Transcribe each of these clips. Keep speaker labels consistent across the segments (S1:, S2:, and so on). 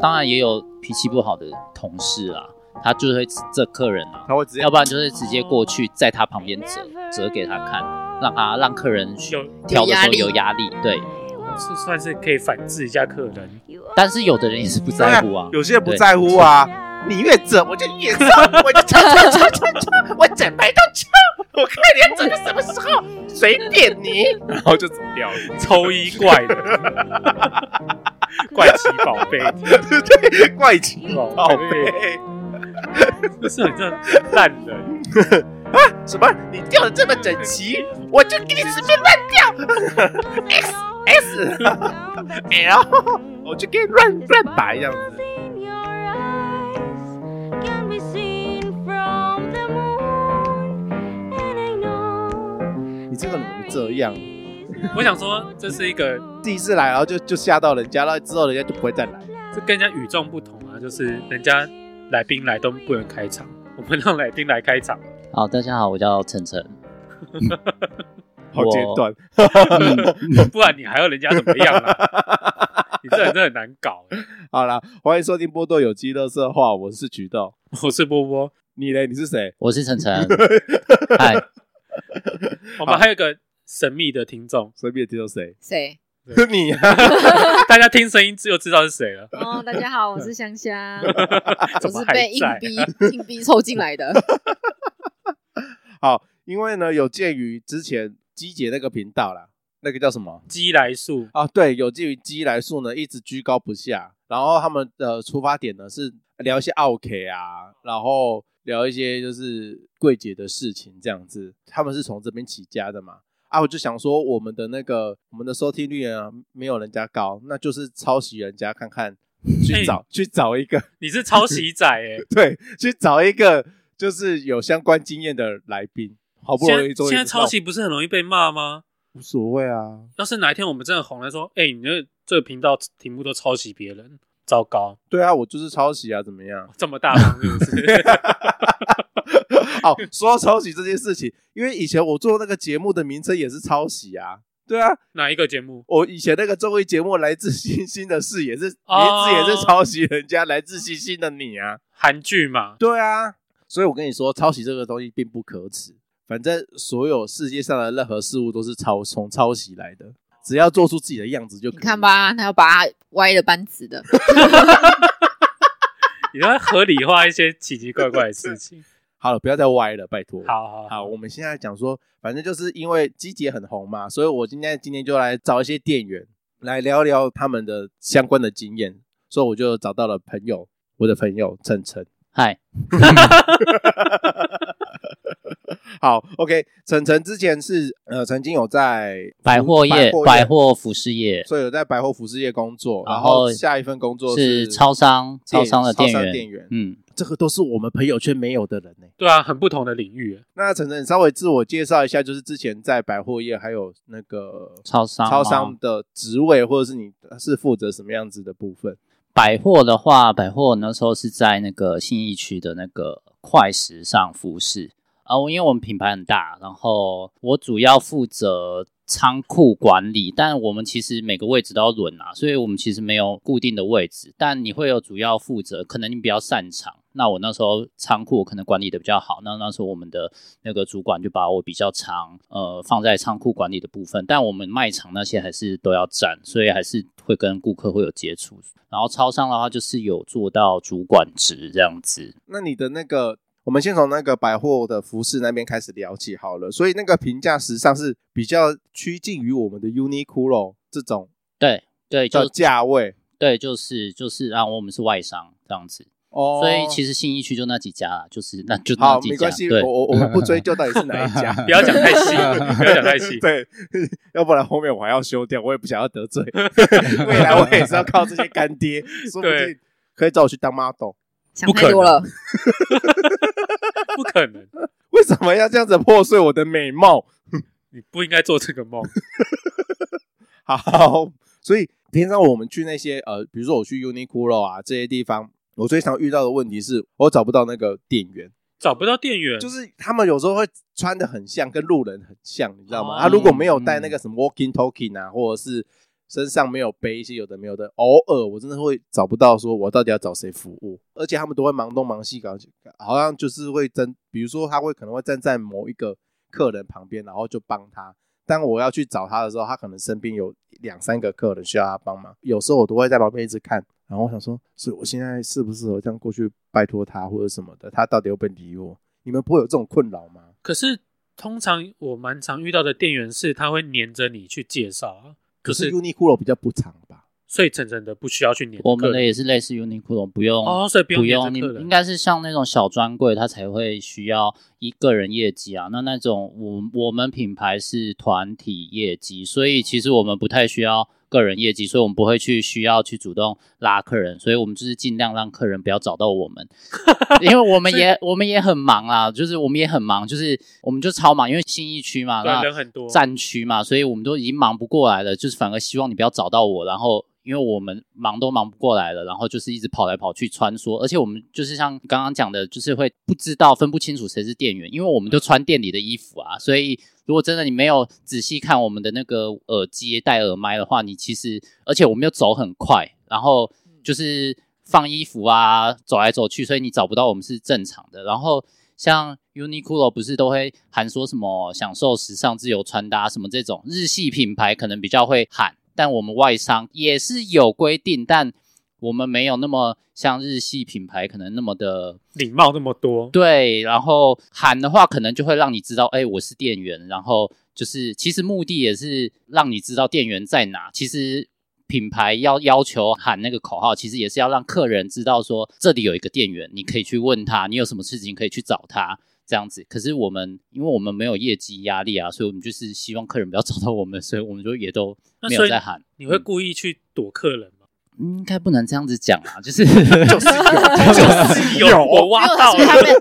S1: 当然也有脾气不好的同事啦，他就会这客人啊，
S2: 他会直接
S1: 要不然就是直接过去在他旁边折折给他看，让他让客人去
S3: 有
S1: 挑的时候
S4: 有
S1: 有压力。对，
S3: 是算是可以反制一下客人，
S1: 但是有的人也是不在乎啊，
S2: 有些人不
S1: 对
S2: 在乎啊，你越整我就越上，我就敲敲敲敲敲，我整排都敲，我看你要整到什么时候，随便你， 然后就走掉了。
S3: 抽一怪的，怪奇宝贝，
S2: 对，怪奇
S1: 嗯
S3: 宝
S2: 宝
S3: 贝，
S2: 贝，
S3: 不是你这烂人，
S2: 啊什么？你掉的这么整齐，我就给你随便乱掉，X S L，我就给你乱 乱摆这样子。你这个人怎么这样？
S3: 我想说这是一个，
S2: 第一次来，然后就就吓到人家，然后之后人家就不会再来。
S3: 这跟人家与众不同啊，就是人家来宾来都不能开场，我们让来宾来开场，
S1: 好，大家好，我叫晨晨。
S2: 好
S1: 我
S2: 简短，
S3: 不然你还要人家怎么样啦？你这人真的很难搞欸、
S2: 好啦，欢迎收听波豆有机乐色话，我是渠道。
S3: 我是波波，
S2: 你嘞？你是谁？
S1: 我是晨晨， 嗨，
S3: 我们还有一个神秘的听众，
S2: 随便听到 谁？
S4: 谁？
S2: 是你啊！
S3: 大家听声音就知道是谁了。
S4: 哦，大家好，我是 香香，我
S3: 怎么
S4: 是
S3: 还
S4: 被硬
S3: 在？
S4: 逼硬逼抽进来的。
S2: 好， 因为呢，有鉴于之前鸡姐那个频道啦，那个叫什么
S3: 鸡来素，
S2: 啊？对，有鉴于鸡来素呢一直居高不下，然后他们的出发点呢是聊一些奥 K 啊，然后聊一些就是柜姐的事情这样子，他们是从这边起家的嘛。啊，我就想说，我们的那个我们的收听率啊，没有人家高，那就是抄袭人家看看，去哎找、去找一个
S3: 你是抄袭仔哎、
S2: 对，去找一个就是有相关经验的来宾， 好不
S3: 现
S2: 容易
S3: 在
S2: 终于
S3: 现在
S2: 找到
S3: 抄袭不是很容易被骂吗？
S2: 无所谓啊，
S3: 要是哪一天我们真的红了，说，哎、你这这个频道题目都抄袭别人，糟糕，
S2: 对啊，我就是抄袭啊，怎么样？
S3: 这么大方是不是？
S2: 哦，说到抄袭这件事情，因为以前我做那个节目的名称也是抄袭啊。对啊，
S3: 哪一个节目？
S2: 我以前那个综艺节目《来自星星的事》也是，名
S3: 哦
S2: 字也是抄袭人家《来自星星的你》啊。
S3: 韩剧嘛，
S2: 对啊，所以我跟你说，抄袭这个东西并不可耻。反正所有世界上的任何事物都是抄从抄袭来的，只要做出自己的样子就可
S4: 你
S2: 以。
S4: 看，吧，他要把它歪的扳 直的。
S3: 你要合理化一些奇奇怪怪的事情。
S2: 好了，不要再歪了，拜托。
S3: 好好好，
S2: 好，我们现在讲说，反正就是因为机姐很红嘛，所以我今天今天就来找一些店员来聊聊他们的相关的经验，所以我就找到了朋友，我的朋友晨晨。
S1: 嗨，
S2: 好，OK，晨晨之前是呃曾经有在
S1: 百货业
S2: 嗯百货、
S1: 百货服饰业
S2: 所以有在百货服饰业工作，
S1: 然
S2: 然
S1: 后
S2: 后下一份工作
S1: 是超商，超
S2: 店
S1: 商的
S2: 超
S1: 店
S2: 商
S1: 员，
S2: 店员
S1: 嗯，
S2: 这个都是我们朋友圈没有的人呢、
S3: 对啊，很不同的领域。
S2: 那晨晨，你稍微自我介绍一下，就是之前在百货业还有那个
S1: 超商
S2: 超
S1: 哦
S2: 商的职位，或者是你是负责什么样子的部分？
S1: 百货的话，百货那时候是在那个信义区的那个快时尚服饰啊，我因为我们品牌很大，然后我主要负责仓库管理，但我们其实每个位置都要轮啊，所以我们其实没有固定的位置，但你会有主要负责，可能你比较擅长。那我那时候仓库我可能管理的比较好，那那时候我们的那个主管就把我比较常呃放在仓库管理的部分，但我们卖场那些还是都要站，所以还是会跟顾客会有接触。然后超商的话就是有做到主管职这样子，
S2: 那你的那个，我们先从那个百货的服饰那边开始聊起好了。所以那个评价时尚是比较趋近于我们的 Uniqlo 这种
S1: 对对，
S2: 叫
S1: 就
S2: 价位
S1: 对，就是就是啊，我们是外商这样子，
S2: 哦。
S1: 所以其实
S2: 实
S1: 信义区就那几家啦，就是那就那
S2: 好
S1: 几
S2: 没
S1: 家
S2: 关，系，我
S1: 对，
S2: 我我们不追究到底是哪一 家，
S3: 不要讲太 细，不要讲太细。
S2: 对， 要不然后面我还要修掉，我也不想要得罪。未来我也是要靠这些干爹，说不
S3: 对
S2: 定可以找我去当 model。
S4: 想太多了，
S3: 不可能，
S2: 为什么要这样子破碎我的美貌？
S3: 你不应该做这个梦。
S2: 好，所以平常我们去那些呃，比如说我去 Uniqlo 啊这些地方，我最常遇到的问题是我找不到那个店员，
S3: 找不到店员，
S2: 就是他们有时候会穿的很像，跟路人很像，你知道吗？
S3: 哦
S2: 他、如果没有带那个什么 walking talking 啊，或者是身上没有背一些有的没有的，偶尔我真的会找不到，说我到底要找谁服务，而且他们都会忙东忙西搞，好像就是会站，比如说他会可能会站在某一个客人旁边，然后就帮他。当我要去找他的时候，他可能身边有两三个客人需要他帮忙，有时候我都会在旁边一直看，然后我想说，是我现在适不适合这样过去拜托他或者什么的，他到底会不会理我？你们不会有这种困扰吗？
S3: 可是通常我蛮常遇到的店员是他会黏着你去介绍啊，
S2: 可
S3: 就是
S2: 是 Uniqlo 比较不长吧？
S3: 所以晨晨的不需要去黏着
S1: 我们
S3: 客
S1: 的
S3: 人
S1: 也是类似 Uniqlo，不用
S3: 哦，所以不
S1: 不
S3: 用黏
S1: 用，
S3: 着
S1: 你
S3: 客人
S1: 应该是像那种小专柜，它才会需要一个人业绩啊。那那种我我们品牌是团体业绩，所以其实我们不太需要个人业绩，所以我们不会去需要去主动拉客人，所以我们就是尽量让客人不要找到我 们，因为我们也我们也很忙啊，就是我们也很忙，就是我们就超忙，因为新一区嘛，那
S3: 对人很多，
S1: 战区嘛，所以我们都已经忙不过来了，就是反而希望你不要找到我，然后。因为我们忙都忙不过来了，然后就是一直跑来跑去穿梭，而且我们就是像刚刚讲的，就是会不知道分不清楚谁是店员，因为我们就穿店里的衣服啊，所以如果真的你没有仔细看我们的那个耳机戴耳麦的话，你其实而且我们又走很快，然后啊就是放衣服啊，走来走去，所以你找不到我们是正常的。然后像 Uniqlo 不是都会喊说什么享受时尚自由穿搭什么这种日系品牌可能比较会喊，但我们外商也是有规定，但我们没有那么像日系品牌可能那么的
S3: 礼貌那么多，
S1: 对，然后喊的话，可能就会让你知道，哎、我是店员。然后就是，其实目的也是让你知道店员在哪。其实品牌要要求喊那个口号，其实也是要让客人知道说，这里有一个店员，你可以去问他，你有什么事情可以去找他。这样子，可是我们因为我们没有业绩压力啊，所以我们就是希望客人不要找 到我们，所以我们就也都
S3: 那
S1: 没
S3: 所
S1: 有
S3: 以
S1: 在喊。
S3: 你会故意去躲客人 吗？
S1: 嗯应该不能这样子讲啊， 就是就是
S3: 就是有， 我
S4: 没
S3: 挖
S4: 有，
S3: 到
S4: 所以他
S3: 了。
S4: 们，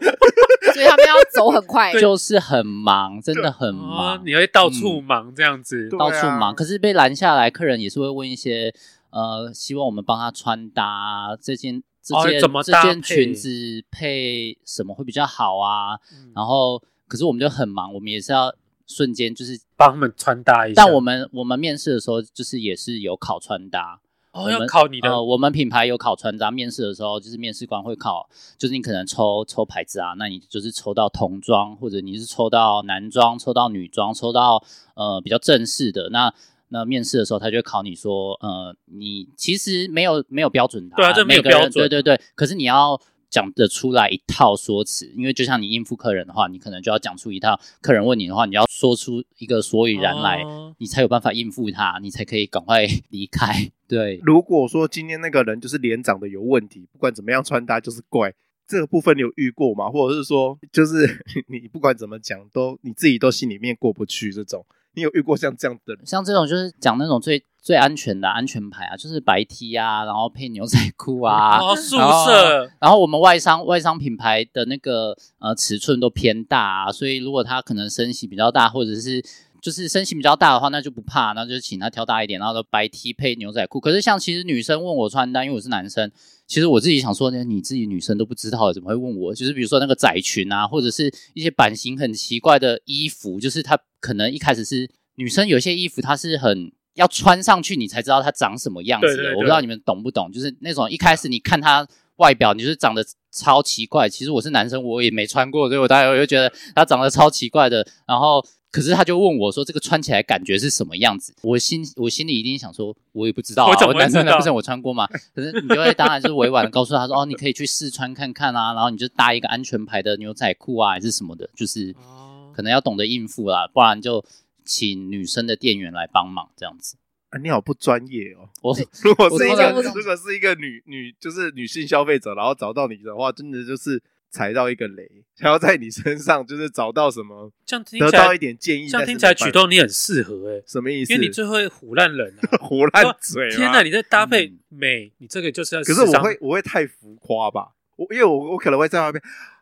S4: 所以他们要走很快。
S1: 就是很忙，真的很忙。嗯
S3: 哦，你会到处忙这样子，
S2: 对
S1: 到处
S2: 啊
S1: 忙，可是被拦下来，客人也是会问一些，呃，希望我们帮他穿搭啊这件这
S3: 哦
S1: 件、
S3: 怎么
S1: 这
S3: 搭
S1: 件
S3: 配
S1: 裙子配什么会比较好啊？
S3: 嗯
S1: 然后，可是我们就很忙，我们也是要瞬间就是，
S3: 帮他们穿搭一下。
S1: 但我们我们面试的时候就是也是有考穿搭，
S3: 哦
S1: 我
S3: 要
S1: 们
S3: 考你的
S1: 呃，我们品牌有考穿搭，面试的时候就是面试官会考，就是你可能抽抽牌子啊，那你就是抽到童装，或者你是抽到男装、抽到女装、抽到呃比较正式的那。那面试的时候，他就会考你说，呃，你其实没有没有标准答案，
S3: 对啊这没有
S1: 每个人
S3: 标准啊
S1: 对对对。可是你要讲得出来一套说辞，因为就像你应付客人的话，你可能就要讲出一套，客人问你的话，你要说出一个所以然来，
S3: 哦
S1: 你才有办法应付他，你才可以赶快 离开。对，
S2: 如果说今天那个人就是脸长得有问题，不管怎么样穿搭就是怪，这个部分你有遇过吗？或者是说，就是 你不管怎么讲，都你自己都心里面过不去这种，你有遇过像这样的人？
S1: 像这种就是讲那种最最安全的安全牌啊，就是白 T 啊，然后配牛仔裤啊。
S3: 哦，宿舍
S1: 然后我们外商外商品牌的那个呃尺寸都偏大啊，所以如果他可能身形比较大，或者是就是身形比较大的话，那就不怕，那就请他挑大一点，然后都白 T 配牛仔裤。可是像其实女生问我穿搭，因为我是男生，其实我自己想说呢，你自己女生都不知道，怎么会问我？就是比如说那个窄裙啊，或者是一些版型很奇怪的衣服，就是它可能一开始是女生有些衣服它是很。要穿上去你才知道它长什么样子的，
S3: 对对对
S1: 我不知道你们懂不懂，就是那种一开始你看它外表，你就是长得超奇怪。其实我是男生，我也没穿过，所以我当然我就觉得它长得超奇怪的。然后，可是他就问我说：“这个穿起来感觉是什么样子？”我心我心里一定想说，我也不知道、啊，
S3: 我
S1: 我
S3: 怎么会
S1: 男生
S3: 知道
S1: 难不成我穿过吗？可是你就会当然就是委婉的告诉他说：“哦，你可以去试穿看看啊，然后你就搭一个安全牌的牛仔裤啊，还是什么的，就是
S3: 哦
S1: 可能要懂得应付啦，不然就请女生的店员来帮忙这样子。
S2: 啊，你好不专业哦！
S1: 我
S2: 如果是一个
S1: 我
S4: 我懂
S2: 如果是一个女女就是女性消费者，然后找到你的话，真的就是踩到一个雷，想要在你身上就是找到什么，
S3: 这样听
S2: 得
S3: 起
S2: 到一
S3: 来，
S2: 点建议，
S3: 这
S2: 但
S3: 样
S2: 是
S3: 听起来
S2: 没办法
S3: 举动你很适合哎，
S2: 什么意思？！
S3: 因为你最会唬烂人啊
S2: 胡乱嘴啊嘛，
S3: 天哪，你在搭配
S1: 嗯
S3: 美，你这个就是要
S2: 可是
S3: 时
S2: 我
S3: 尚
S2: 会我会太浮夸吧，我因为我我可能会在外面，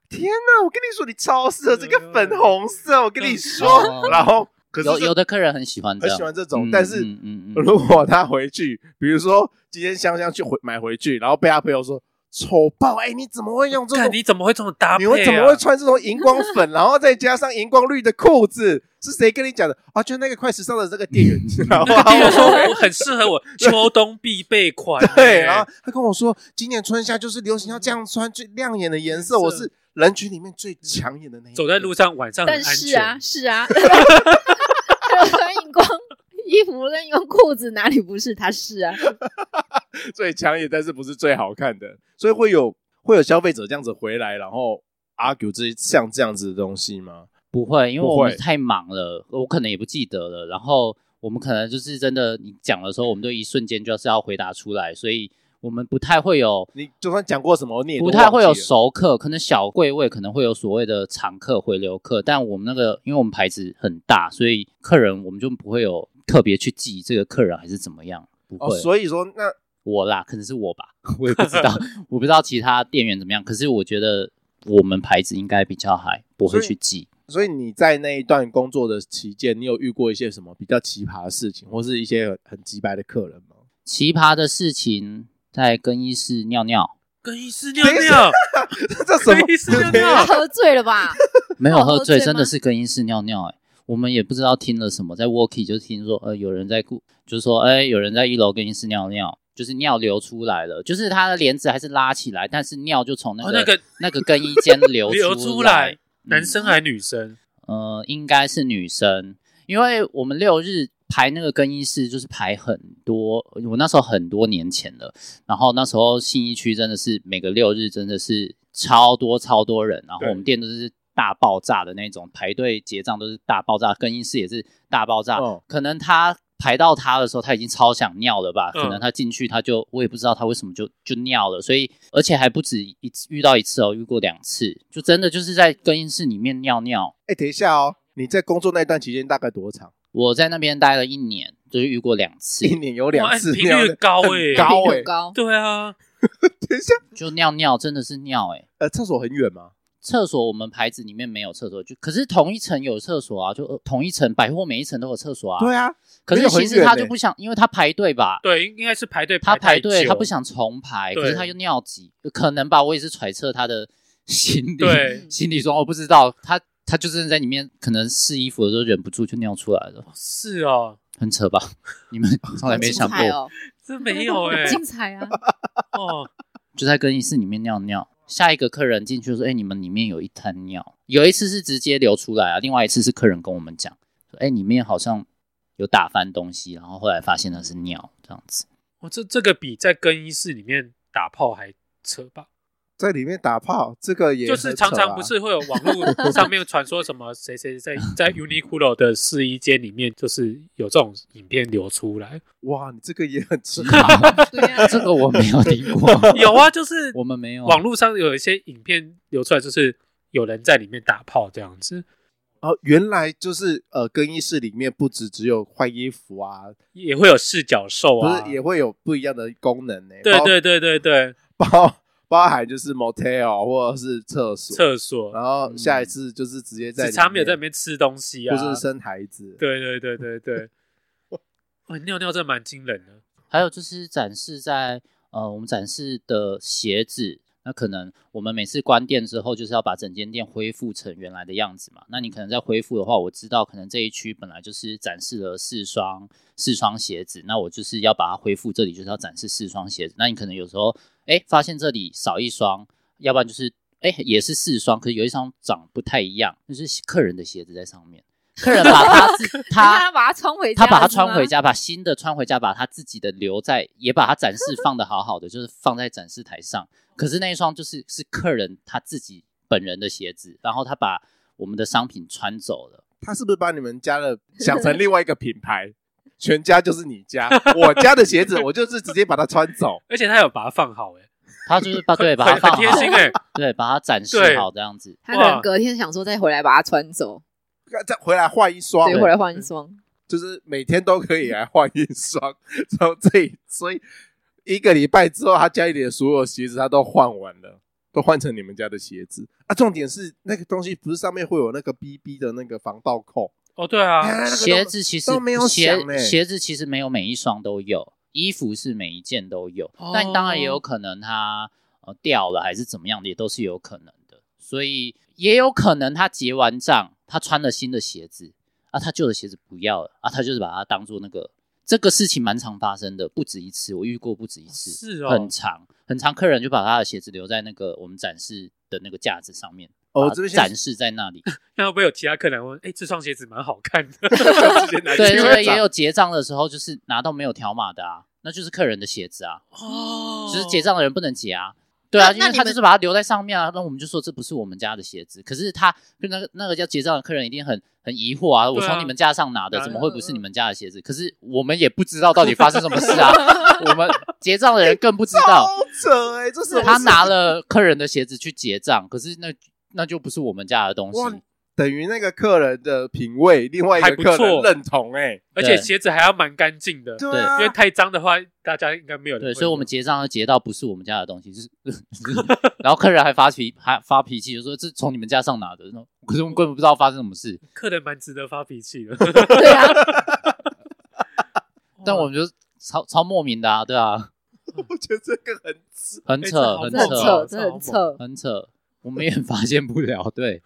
S2: 天哪！我跟你说，你超适合这个
S3: 啊
S2: 粉红色，我跟你说
S1: 哦，
S2: 然后可是
S1: 有
S2: 就
S1: 有的客人很喜欢这
S2: 很
S1: 样，
S2: 喜欢这种，但是
S1: 嗯嗯嗯嗯
S2: 如果他回去，比如说今天香香去回买回去，然后被他朋友说丑爆！哎、你怎么会用这种
S3: 看？你怎么会这种搭配、
S2: 你
S3: 啊？
S2: 会怎么会穿这种荧光粉，然后再加上荧光绿的裤子？是谁跟你讲的？啊，就那个快时尚的这个 店员，然后
S3: 那个店员说我很适合我秋冬必备款、欸，
S2: 对，然后他跟我说，今年春夏就是流行要这样穿，最亮眼的颜色，
S3: 是
S2: 我是人群里面最抢眼的那一个。
S3: 走在路上晚上很
S4: 但
S3: 安全。
S4: 是啊，是啊， 穿荧光衣服跟荧光裤子哪里不是？他是啊，
S2: 最抢眼，但是不是最好看的，所以会有会有消费者这样子回来，然后 argue 这像这样子的东西吗？
S1: 不会，因为
S2: 不
S1: 我们
S2: 会
S1: 太忙了，我可能也不记得了。然后我们可能就是真的，你讲的时候，我们就一瞬间就是要回答出来，所以我们不太会有，
S2: 你就算讲过什么，你也都
S1: 不太会有
S2: 忘记了
S1: 熟客，可能小贵位可能会有所谓的常客、回流客，但我们那个因为我们牌子很大，所以客人我们就不会有特别去记这个客人还是怎么样，不
S2: 哦。
S1: 会。
S2: 所以说，那
S1: 我啦，可能是我 吧，我也不知道，我不知道其他店员怎么样。可是我觉得我们牌子应该比较还不会
S2: 所以
S1: 去记。
S2: 所以你在那一段工作的期间，你有遇过一些什么比较奇葩的事情，或是一些很很鸡掰的客人吗？
S1: 奇葩的事情在更衣室尿 尿，
S3: 更衣室尿尿，
S2: 这什么
S3: 更衣室尿
S4: 他
S3: 尿，
S4: 喝醉了吧？
S1: 没
S3: 哦
S1: 有
S4: 有
S1: 喝
S4: 喝醉
S1: 醉，真的
S4: 吗
S1: 是更衣室尿尿、欸。我们也不知道听了什么，在 Walkie 就听说，呃，有人在顾，就说，哎、有人在一楼更衣室尿尿，就是尿流出来了，就是他的帘子还是拉起来，但是尿就从那个、
S3: 哦那个
S1: 那个更衣间流
S3: 流
S1: 出
S3: 出来，男
S1: 嗯
S3: 生还女生？
S1: 呃，应该是女生，因为我们六日排那个更衣室就是排很多，我那时候很多年前了，然后那时候信义区真的是每个六日真的是超多超多人，然后
S2: 对
S1: 我们店都是大爆炸的那种，排队结账都是大爆炸，更衣室也是大爆炸，
S2: 哦
S1: 可能他。排到他的时候，他已经超想尿了吧？可
S3: 嗯
S1: 能他进去，他就我也不知道他为什么就就尿了，所以而且还不止一次遇到一次哦，遇过两次，就真的就是在更衣室里面尿尿，
S2: 哎、等一下哦，你在工作那段期间大概多长？
S1: 我在那边待了一年，就是遇过两次
S2: 一，年有两
S3: 哇
S2: 次
S3: 频
S2: 尿
S3: 率
S2: 的
S3: 高
S2: 很
S3: 欸
S2: 高哎、
S4: 很高，
S3: 对啊，
S2: 等一下，
S1: 就尿尿真的是尿哎、欸
S2: 呃，厕所很远吗？
S1: 厕所我们牌子里面没有厕所，就可是同一层有厕所啊，就呃同一层百货每一层都有厕所啊。
S2: 对啊，
S1: 可
S2: 没
S1: 是
S2: 有很
S1: 其实他
S2: 远欸
S1: 就不想，因为他排队吧，
S3: 对，应该是排队
S1: 他排
S3: 排太
S1: 队
S3: 久
S1: 他不想重排，
S3: 对
S1: 可是他又尿急，呃可能吧，我也是揣测他的心理
S3: 对
S4: 嗯
S1: 心理状况，我不知道他他就真的在里面可能试衣服的时候忍不住就尿出来了，
S3: 是哦，
S1: 很扯吧？你们从来
S4: 好
S1: 没
S4: 精
S1: 想过
S4: 彩哦，
S3: 这没有哎、
S4: 精彩 啊！
S3: 哦，
S1: 就在更衣室里面尿尿。下一个客人进去说：“哎、你们里面有一滩尿。”有一次是直接流出来啊，另外一次是客人跟我们讲说：“哎、里面好像有打翻东西，然后后来发现那是尿，这样子。
S3: 我这这个比在更衣室里面打炮还扯吧？
S2: 在里面打炮，这个也、啊
S3: 就是常常不。是会有网络上面传说什么谁谁在在 Uniqlo 的试衣间里面，就是有这种影片流出来。
S2: 哇，你这个也很 奇葩。
S1: 好
S4: 对啊，
S1: 这个我没有听过，
S3: 有啊，就是
S1: 我们没有
S3: 网络上有一些影片流出来，就是有人在里面打炮这样子，
S2: 哦，原来就是呃，更衣室里面不止只有换衣服啊，
S3: 也会有视角兽
S2: 不
S3: 啊，
S2: 是也会有不一样的功能呢、
S3: 对
S2: 包
S3: 对对对对，
S2: 包包含就是 motel 或者是厕所，
S3: 厕所
S2: 然后下一次就是直接在
S3: 只
S2: 里
S3: 差没有在里
S2: 面，
S3: 面吃东西啊，
S2: 或是生孩子。
S3: 对对对对对， 哇，尿尿真的蛮惊人的。
S1: 还有就是展示在呃我们展示的鞋子，那可能我们每次关店之后，就是要把整间店恢复成原来的样子嘛。那你可能在恢复的话，我知道可能这一区本来就是展示了四双四双鞋子，那我就是要把它恢复，这里就是要展示四双鞋子。那你可能有时候哎发现这里少一双，要不然就是。哎，也是四双，可是有一双长不太一样，就是客人的鞋子在上面。客人把他自他
S4: 他把它穿回家，
S1: 他把它穿回，家，把新的穿回家，把他自己的留在，也把它展示放的好好的，就是放在展示台上。可是那一双就是是客人他自己本人的鞋子，然后他把我们的商品穿走了。
S2: 他是不是把你们家的想成另外一个品牌？全家就是你家，我家的鞋子我就是直接把它穿走。
S3: 而且他有把它放好、欸，哎，
S1: 他就是把对把它
S3: 很
S1: 放
S3: 很
S1: 好
S3: 贴，心、 欸，哎，
S1: 对，把它展示
S3: 对
S1: 好这样子。
S4: 他可能隔天想说再回来把它穿走，
S2: 再回来换一双，
S4: 对，回来换一双。
S2: 就是每天都可以来换一双。 从这里，所以一个礼拜之后，他家里的所有鞋子他都换完了，都换成你们家的鞋子啊。重点是那个东西不是上面会有那个 BB 的那个防盗扣，
S3: 哦，对啊，
S2: 哎那个都
S1: 鞋子其实
S2: 都没有
S1: 鞋
S2: 想欸
S1: 鞋子其实没有每一双都有，衣服是每一件都有，
S3: 哦
S1: 但当然也有可能他。呃掉了还是怎么样的，也都是有可能的。所以也有可能他结完账，他穿了新的鞋子啊，他旧的鞋子不要了啊，他就是把它当做那个。这个事情蛮常发生的，不止一次，我遇过不止一次，
S3: 是哦
S1: 很长很长。客人就把他的鞋子留在那个我们展示的那个架子上面，把
S2: 哦我
S1: 它
S2: 这边先
S1: 展示在那里。
S3: 那会不会有其他客人问？哎，这双鞋子蛮好看的， 直接拿去
S1: 对，因为
S3: 找
S1: 也有结账的时候，就是拿到没有条码的啊，那就是客人的鞋子啊，
S3: 哦，
S1: 只是结账的人不能结啊。对啊，
S4: 那
S1: 因
S4: 那
S1: 为
S4: 你
S1: 他
S4: 们
S1: 就是把它留在上面啊，那我们就说这不是我们家的鞋子。可是他跟那个那个要结账的客人一定很很疑惑啊，我
S3: 对啊啊
S1: 从你们架上拿的，
S3: 哪
S1: 怎么
S4: 有
S1: 会不是你们家的鞋子？可是我们也不知道到底发生什么事 啊，我们结账的人更不知道。
S2: 超扯哎、这是
S1: 他拿了客人的鞋子去结账，可是那那就不是我们家的东西。啊
S2: 哇，等于那个客人的品味，另外一
S3: 还
S2: 个
S3: 不
S2: 客人
S3: 错
S2: 认同哎、
S3: 而且
S1: 对
S3: 鞋子还要蛮干净的，
S2: 对啊，
S3: 因为太脏的话，大家应该没有人会
S1: 对，
S3: 用。
S1: 所以我们结账要结到不是我们家的东西，就是， 然后客人还发脾还发脾气，就说这从你们家上拿的，然后可是我们根本不知道发生什么事，
S3: 客人蛮值得发脾气的，
S4: 对啊，
S1: 但我们就超超莫名的啊，对啊，
S2: 我觉得这个很 扯。
S1: 很
S3: 哎这
S1: 扯，
S3: 好
S1: 很
S4: 这很
S3: 猛
S1: 扯，
S3: 哦
S4: 扯，这很
S3: 这好
S4: 扯，
S1: 很扯，我们也发现不了， 对，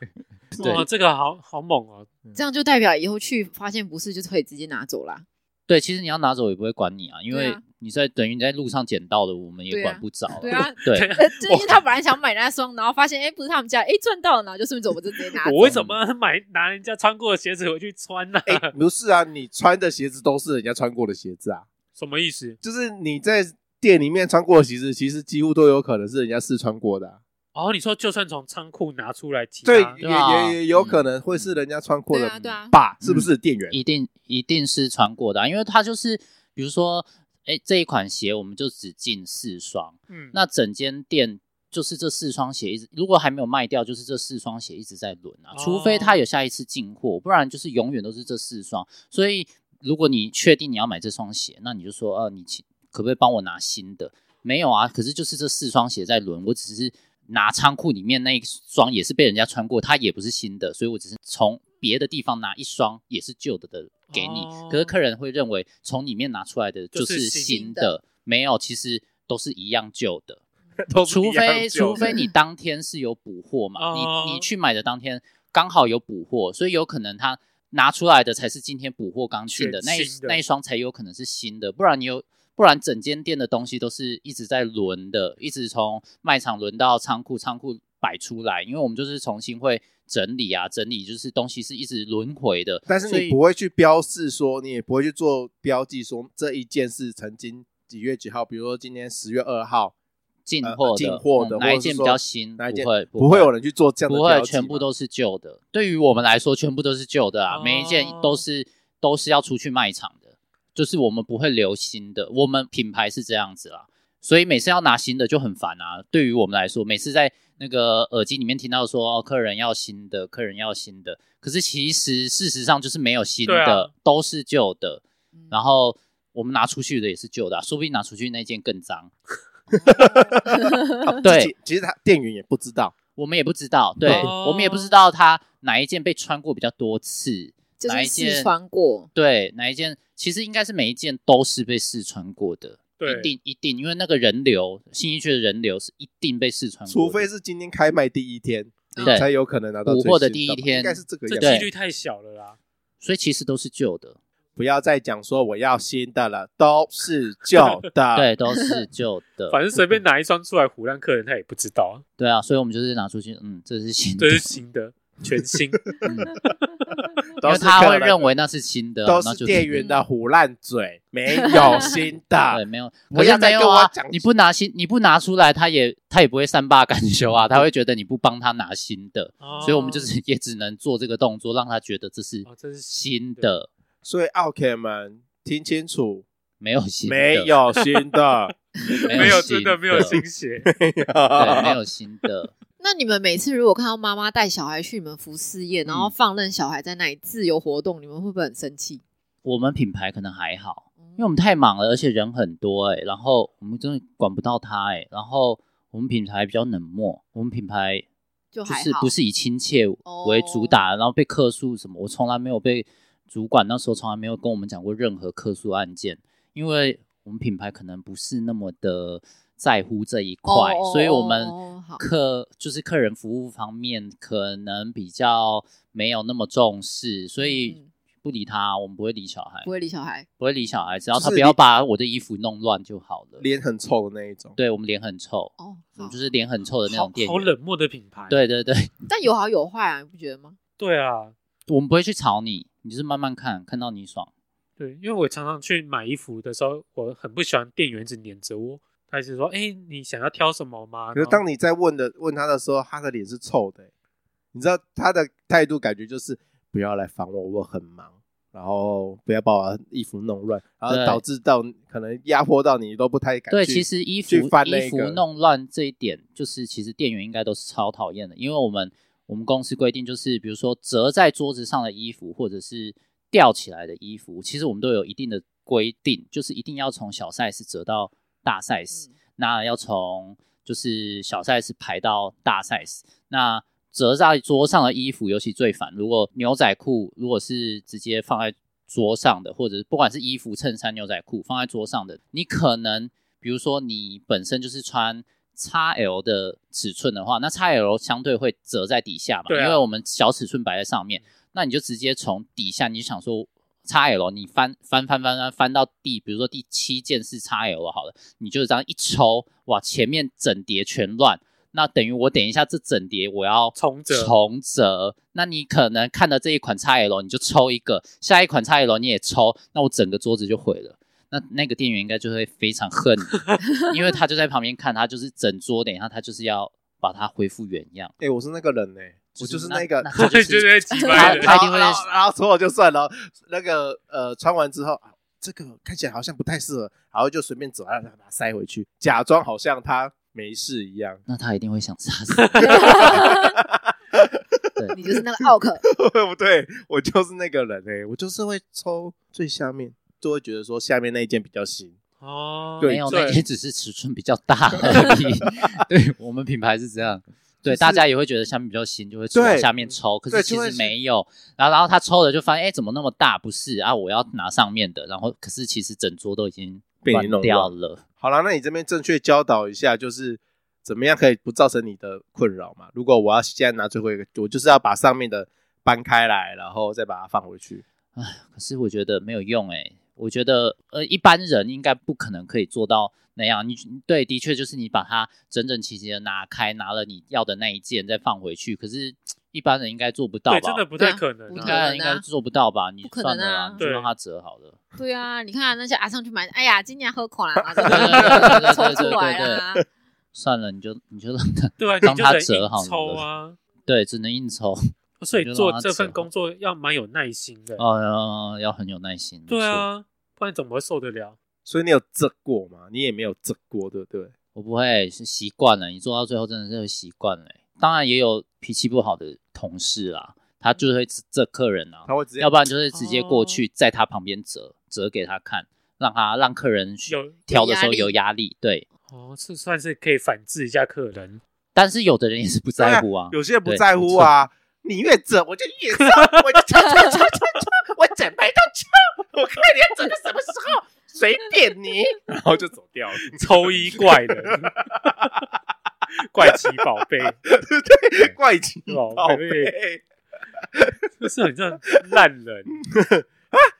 S1: 对嗯
S3: 哇，这个好好猛哦！
S4: 这样就代表以后去发现不是就可以直接拿走啦。
S1: 对，其实你要拿走也不会管你啊，因
S4: 对
S1: 为
S4: 啊
S1: 你在等于你在路上捡到的，我们也
S4: 对啊
S1: 管不着，
S4: 对啊，
S1: 对，
S4: 呃，就因为他本来想买那双，然后发现哎、不是他们家，哎、赚到了，然后就顺便走，我就直接拿走。
S3: 我为什么买拿人家穿过的鞋子回去穿呢？
S2: 哎、不是啊，你穿的鞋子都是人家穿过的鞋子啊，
S3: 什么意思？
S2: 就是你在店里面穿过的鞋子，其实几乎都有可能是人家试穿过的啊、
S3: 哦，你说就算从仓库拿出来，其
S2: 对
S3: 他，
S2: 也
S1: 对啊
S2: 也也有可能会是人家穿过
S4: 对
S2: 的
S4: 啊，对啊，
S2: 吧？是不是店员？
S1: 一定一定是穿过的啊、因为它就是比如说，哎，这一款鞋我们就只进四双。
S3: 嗯，
S1: 那整间店就是这四双鞋一直，如果还没有卖掉，就是这四双鞋一直在轮啊，
S3: 哦
S1: 除非它有下一次进货，不然就是永远都是这四双。所以如果你确定你要买这双鞋，那你就说，呃，你请可不可以帮我拿新的？没有啊，可是就是这四双鞋在轮，我只是拿仓库里面那一双也是被人家穿过，它也不是新的，所以我只是从别的地方拿一双也是旧的的给你。
S3: 哦
S1: 可是客人会认为从里面拿出来的就
S3: 就是是
S1: 新
S4: 新的
S1: 的，没有，其实都是一样旧的。
S2: 都是
S1: 除
S2: 一样
S1: 非
S2: 旧
S1: 除
S2: 的
S1: 非你当天是有补货嘛，
S3: 哦
S1: 你你去买的当天刚好有补货，所以有可能他拿出来的才是今天补货刚进的
S3: 全
S1: 那一
S3: 新的
S1: 那一双才有可能是新的，不然你有不然整间店的东西都是一直在轮的，一直从卖场轮到仓库，仓库摆出来，因为我们就是重新会整理啊，整理就是东西是一直轮回的，
S2: 但是
S1: 所
S2: 你
S1: 以
S2: 不会去标示说，你也不会去做标记说这一件是曾经几月几号，比如说今天十月二号，
S1: 进
S2: 呃
S1: 货的
S2: 进货的
S1: 嗯哪
S2: 或
S1: 一
S2: 者是
S1: 件比
S2: 说
S1: 较新，
S2: 哪一件
S1: 不会啊
S2: 不会有人去做这样的
S1: 不
S2: 标
S1: 会
S2: 记
S1: 全部
S2: 嘛
S1: 都是旧的。对于我们来说，全部都是旧的啊，
S3: 哦
S1: 每一件都是都是要出去卖场的，就是我们不会留新的。我们品牌是这样子啦，所以每次要拿新的就很烦啊。对于我们来说，每次在那个耳机里面听到说、哦、客人要新的，客人要新的，可是其实事实上就是没有新
S3: 对
S1: 的，
S3: 啊
S1: 都是旧的。
S4: 嗯
S1: 然后我们拿出去的也是旧的啊、说不定拿出去那件更脏。哦对，
S2: 其其实他店员也不知道，
S1: 我们也不知道，对、
S3: 哦
S1: 我们也不知道他哪一件被穿过比较多次，
S4: 就
S1: 哪
S4: 是
S1: 一件
S4: 试穿过，
S1: 对，哪一件其实应该是每一件都是被试穿过的，
S3: 对
S1: 一定一定，因为那个人流新一区的人流是一定被试穿过
S2: 除
S1: 的，
S2: 非是今天开卖第一天，你
S1: 对
S2: 才有可能拿到
S1: 补
S2: 最
S1: 货的
S2: 新
S1: 第一
S2: 吧
S1: 天
S2: 应该是这个
S3: 这
S2: 样
S1: 对
S3: 几
S2: 子。
S3: 率太小了啦。
S1: 所以其实都是旧的，
S2: 不要再讲说我要新的了，都是旧 的。，
S1: 对，都 是旧的，
S3: 反正随便拿一双出来唬烂客人，他也不知道，
S1: 对啊，所以我们就是拿出去，嗯，这是新的
S3: 这，是新的，全 新。
S1: 嗯、因
S2: 都
S1: 为
S2: 是
S1: 他
S2: 客
S1: 会
S2: 人
S1: 认为那是新的啊、
S2: 都
S1: 那就是
S2: 店员的胡烂嘴，没有新
S1: 对，
S2: 的。
S1: 没有，
S2: 不
S1: 可是
S2: 要再
S1: 没有
S2: 跟我
S1: 啊
S2: 讲，
S1: 你不拿新，你不拿出来，他也他也不会善罢甘休啊，他会觉得你不帮他拿新的，
S3: 所
S1: 所以我们就是也只能做这个动作，让他觉得这是
S3: 哦，这是
S1: 新的，
S2: 所以奥 K 们听清楚，
S1: 没有新的，
S2: 没有新的。
S3: 没有
S1: 新
S3: 真的没有新鞋，
S1: 对，没有新的，
S4: 那你们每次如果看到妈妈带小孩去你们服饰业，然后
S1: 嗯
S4: 放任小孩在那里自由活动，你们会不会很生气？
S1: 我们品牌可能还好，
S4: 因
S1: 因为我们太忙了，而且人很多哎、然后我们真的管不到他哎、然后我们品牌比较冷漠，我们品牌就
S4: 就还
S1: 是
S4: 好哦
S1: 不是以亲切为主打，然后被客诉什么，我从来没有被主管那时候从来没有跟我们讲过任何客诉案件，因为我们品牌可能不是那么的在乎这一块，
S4: 哦哦
S1: 所以我
S4: 哦
S1: 们
S4: 好
S1: 客就是客人服务方面可能比较没有那么重视，所以
S4: 嗯
S1: 不理他，我们不会理小孩
S4: 不，会理小孩，
S1: 不会理小孩，只要
S2: 就是
S1: 他不
S2: 你
S1: 要把我的衣服弄乱就好了。
S2: 脸很臭的那一种。
S1: 对我们脸很臭，
S4: 哦，
S1: 我
S4: 好
S1: 们就是脸很臭的那
S3: 好
S1: 种店
S3: 好
S1: 员。
S3: 冷漠的品牌。
S1: 对对对，
S4: 但有好有坏啊，你不觉得 吗？
S3: 对啊，
S1: 我们不会去吵你，你就是慢慢看，看到你爽。
S3: 对，因为我常常去买衣服的时候，我很不喜欢店员一直黏着我，他一直说：“哎、你想要挑什么吗？”
S2: 可是 当你在问的问他的时候，他的脸是臭的欸、你知道他的态度感觉就是不要来烦我，我很忙，然后不要把我的衣服弄乱，然后
S1: 对
S2: 导致到可能压迫到你都不太敢
S1: 对，
S2: 去
S1: 其实衣服
S2: 去翻那
S1: 衣服
S2: 个
S1: 弄乱这一点，就是其实店员应该都是超讨厌的，因为我们我们公司规定就是，比如说折在桌子上的衣服，或者是吊起来的衣服，其实我们都有一定的规定，就是一定要从小 size 折到大 size，、
S4: 嗯
S1: 那要从就是小 size 排到大 size，那折在桌上的衣服尤其最烦。如果牛仔裤如果是直接放在桌上的，或者是不管是衣服、衬衫、牛仔裤放在桌上的，你可能比如说你本身就是穿 XL 的尺寸的话，那 XL 相对会折在底下嘛，
S3: 对啊
S1: 因为我们小尺寸摆在上面，那你就直接从底下，你就想说 XL，你翻翻翻翻翻翻到第，比如说第七件是 XL 好了，你就这样一抽，哇，前面整叠全乱，那等于我等一下这整叠我要
S3: 重折
S1: 重折，那你可能看了这一款 XL 你就抽一个，下一款 XL 你也抽，那我整个桌子就毁了。那那个店员应该就会非常恨 你，因为他就在旁边看，他就是整桌，等一下他就是要把它恢复原样。
S2: 哎、我是那个人呢、我就是那个，
S1: 他 就
S3: 就是在挤
S1: 他
S3: 歪
S1: 他
S3: 了。
S1: 一定会
S2: 然后然后然后错了就算了，那个呃穿完之后。啊这个看起来好像不太适合，然后就随便走，然后把它塞回去，假装好像他没事一样。
S1: 那他一定会想杀死
S4: 你就是那个奥克，
S2: 对不对？我就是那个人哎、我就是会抽最下面，就会觉得说下面那一件比较新。
S3: 哦，
S1: 你。
S2: 对
S1: 没有，
S3: 对
S1: 那也只是尺寸比较大而 已。对我们品牌是这样，对
S2: 就是
S1: 大家也会觉得下面比较新，就会从
S2: 对
S1: 下面抽，可
S2: 对
S1: 是其
S2: 就会
S1: 实
S2: 是
S1: 没有。然后然后他抽了就发现，哎，怎么那么大？不是啊，我要拿上面的。然后可是其实整桌都已经
S2: 被你
S1: 乱
S2: 弄
S1: 掉
S2: 乱
S1: 了。
S2: 好啦，那你这边正确教导一下，就是怎么样可以不造成你的困扰嘛？如果我要现在拿最后一个，我就是要把上面的搬开来，然后再把它放回去。
S1: 可是我觉得没有用哎、我觉得呃一般人应该不可能可以做到那样。你对，的确就是你把它整整齐齐的拿开，拿了你要的那一件再放回去。可是嘖一般人应该做不到吧？
S3: 对，真的不太可能、
S4: 对啊不
S1: 应
S4: 可能
S3: 啊。
S1: 该应该做不到吧？你
S4: 不可能啊
S1: 算了啦，你就
S3: 对
S1: 让它折好了。
S4: 对啊，你看那些阿上去买，哎呀，今年喝垮 了，然后就
S1: 对 对对
S4: 抽
S1: 对
S4: 出
S1: 对
S4: 来
S1: 对
S4: 啦
S1: 对，，算了，你就你就让它
S3: 啊对啊，你
S1: 让
S3: 就
S1: 它
S3: 得
S1: 折
S3: 硬
S1: 好
S3: 抽
S1: 了。
S3: 啊。
S1: 对，只能硬抽，
S3: 所以
S1: 你就让
S3: 做
S1: 它
S3: 这份
S1: 折
S3: 工作要蛮有耐心的。
S1: 呃，要很有耐心。
S3: 对
S1: 没错，
S3: 啊，不然怎么会受得了？
S2: 所以你有折过吗？你也没有折过，对不对？
S1: 我不会是习惯了，你做到最后真的是会习惯了欸、当然也有脾气不好的同事啦，他就是会指这客人啊，
S2: 他会直
S3: 嗯
S2: 接
S1: 要不然就是直接过
S3: 哦
S1: 去在他旁边折折给他看，让他让客人去
S3: 有
S1: 挑的时候
S4: 有
S1: 有压力。对，
S3: 哦，是算是可以反制一下客人。
S1: 但是有的人也是不在乎 啊，
S2: 有些人不
S1: 对
S2: 在乎啊。你越折，我就越折，我就抽抽抽抽抽，我整排都抽，我看你要折到什么时候，随便你， 然后就走掉了。
S3: 抽衣怪人， 怪奇宝贝，
S2: 对，怪奇
S3: 宝
S2: 宝
S3: 贝
S2: 贝，
S3: 就是很像烂人，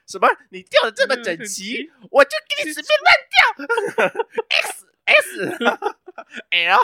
S2: 什么？你掉的这么整齐，我就给你随便乱 掉，X S L，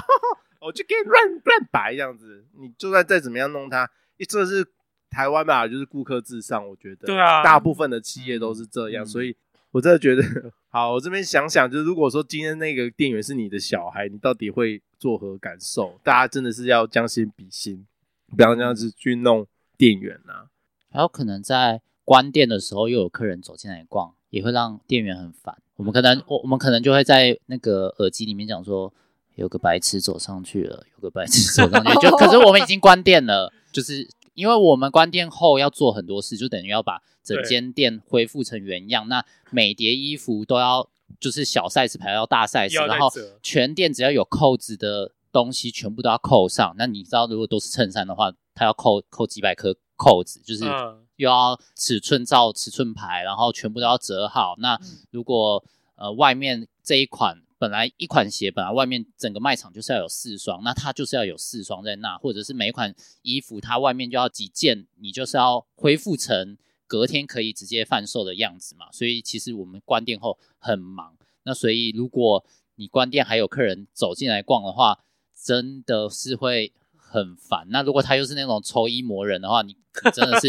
S2: 我就给你乱乱摆这样子。你就算再怎么样弄它，这是台湾吧，就是顾客至上，我觉得。
S3: 对啊
S2: 大部分的企业都是这样，
S1: 嗯
S2: 所以我真的觉得，好，我这边想想，就是如果说今天那个店员是你的小孩，你到底会作何感受？大家真的是要将心比心，不要这样子去弄店员啊。
S1: 还有可能在关店的时候又有客人走进来逛，也会让店员很烦。我们可
S3: 嗯
S1: 能我我们可能就会在那个耳机里面讲说，有个白痴走上去了，有个白痴走上去， 就可是我们已经关店了，就是因为我们关店后要做很多事，就等于要把整间店恢复成原样。那每叠衣服都要就是小 size 排到大 size，
S3: 要再
S1: 然后
S3: 折
S1: 全店只要有扣子的东西全部都要扣上。那你知道，如果都是衬衫的话，它要扣扣几百颗扣子，就是
S3: 嗯
S1: 又要尺寸照尺寸排，然后全部都要折好。那
S4: 嗯
S1: 如果呃外面这一款本来一款鞋本来外面整个卖场就是要有四双，那它就是要有四双在那，或者是每一款衣服它外面就要几件，你就是要恢复成隔天可以直接贩售的样子嘛。所以其实我们关店后很忙，那所以如果你关店还有客人走进来逛的话，真的是会很烦。那如果他又是那种抽衣魔人的话，你你真 的是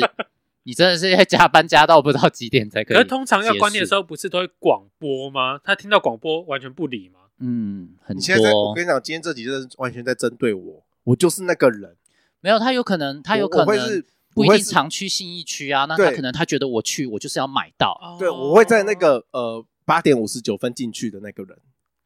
S1: 你真的是要加班加到不知道几点才可以。
S3: 可是通常要关店的时
S1: 候，
S3: 候，不是都会广播吗？他听到广播完全不理吗？
S1: 嗯，很
S2: 你现在在
S1: 多
S2: 我跟你讲，今天这集真的是完全在针对我，我就是那个人，
S1: 没有他有可能他有
S2: 我
S1: 可
S2: 我会
S1: 能
S2: 是
S1: 不一
S2: 我会
S1: 定
S2: 是
S1: 常去信义区啊，那他
S2: 对
S1: 可能他觉得我去我就是要买到，啊
S2: 对我会
S3: 哦
S2: 在那个呃八点五十九分进去的那个人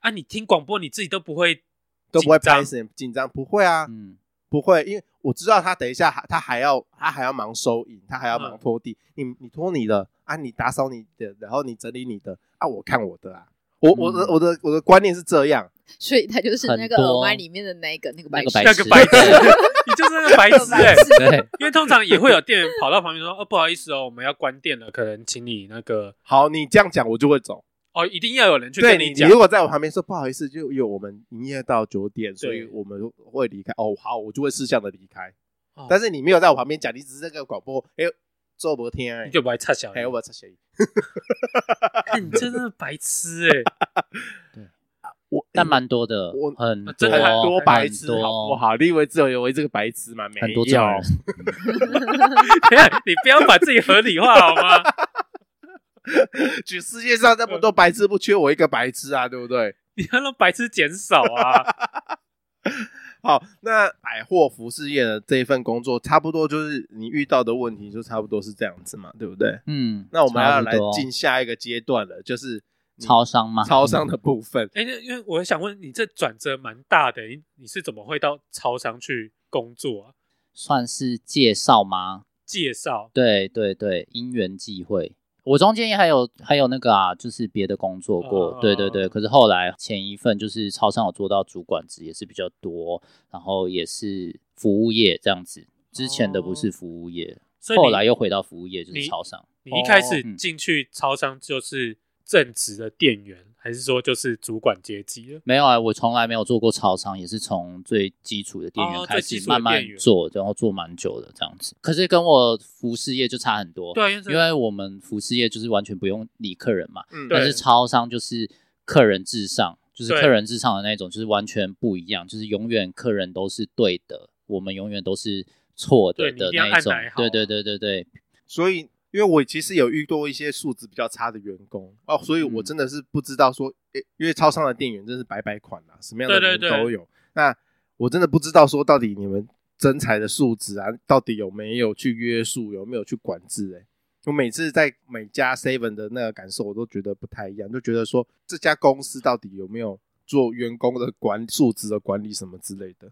S3: 啊，你听广播你自己都不会
S2: 都不会
S3: 紧张
S2: 拍死紧张，不会啊，
S1: 嗯，
S2: 不会，因为我知道他等一下还他还要他还要忙收银，他还要忙
S3: 嗯
S2: 拖地，你你拖你的啊，你打扫你的，然后你整理你的啊，我看我的啊，我我的
S1: 嗯
S2: 我的我的观念是这样，
S4: 所以他就是那个
S1: 很多
S4: 耳麦里面的那一个那个白
S1: 那个
S4: 痴
S1: 白
S3: 那
S1: 痴
S3: 个白 痴，你就是那 个白痴哎、
S4: 痴
S1: 对，
S3: 因为通常也会有店员跑到旁边说：“哦，不好意思哦，我们要关店了，可能请你那个
S2: 好，你这样讲我就会走。
S3: 哦，一定要有人去
S2: 对
S3: 跟
S2: 你，你
S3: 讲。
S2: 如果在我旁边说不好意思，就有我们营业到九点，所以
S3: 对
S2: 我们会离开。哦，好，我就会适向的离开。
S3: 哦
S2: 但是你没有在我旁边讲，你只是那个广播，哎、做不听哎、
S3: 你就不会插小人，
S2: 哎，我插谁？
S3: 哎你真的是白痴哎、
S2: 我
S1: 但蛮多的，
S2: 我
S1: 很
S3: 真的
S2: 很
S3: 很
S2: 多
S3: 多
S2: 白痴，
S1: 很多
S2: 好不好？你以为只有我这个白痴吗？没有，
S1: 很多这种人，
S3: 等一下你不要把自己合理化好吗？
S2: 就世界上那么多白痴，不缺我一个白痴啊，对不
S1: 嗯
S2: 对？
S3: 你要让白痴减少啊！
S2: 好，那百货服饰业的这一份工作，差不多就是你遇到的问题，就差不多是这样子嘛，对不对？
S1: 嗯，
S2: 那我们要
S1: 差不
S2: 来
S1: 多
S2: 进下一个阶段了，就是你
S1: 超商嘛，
S2: 超商的部分。
S3: 哎、那因为我想问你，这转折蛮大的，你你是怎么会到超商去工作啊？
S1: 算是介绍吗？
S3: 介绍
S1: 对对对，因缘际会。我中间还有还有那个啊，就是别的工作过，
S3: 啊
S1: 对对对。可是后来前一份就是超商有做到主管职，也是比较多，然后也是服务业这样子。之前的不是服务业，
S3: 哦所以你
S1: 后来又回到服务业，就
S3: 你
S1: 是超商。
S3: 你一开
S2: 哦
S3: 始
S1: 嗯
S3: 进去超商就是正职的店员，还是说就是主管阶级了？
S1: 没有啊，我从来没有做过超商，也是从最基础的店
S3: 哦
S1: 员开
S3: 最基
S1: 始
S3: 础的
S1: 慢慢
S3: 店员
S1: 做，然后做蛮久的这样子。可是跟我服饰业就差很多，
S3: 对啊，因为这
S1: 哦因为我们服饰业就是完全不用理客人嘛，
S2: 嗯，
S3: 对
S1: 但是超商就是客人至上，就是
S3: 对
S1: 客人至上的那种，就是完全不一样，就是永远客人都是对的，我们永远都是错的
S3: 对你一
S1: 的
S3: 定要
S1: 那一种
S3: 按奶。好啊
S1: 对对对对对，
S2: 所以因为我其实有遇过一些素质比较差的员工哦，所以
S3: 嗯
S2: 我真的是不知道说，诶因为超商的店员真是百百款啊，什么样的
S3: 对
S2: 人
S3: 对
S2: 都有。那我真的不知道说到底你们真才的素质啊，到底有没有去约束，有没有去管制、欸？我每次在每家 Seven 的那个感受，我都觉得不太一样，就觉得说这家公司到底有没有做员工的管素质的管理什么之类的，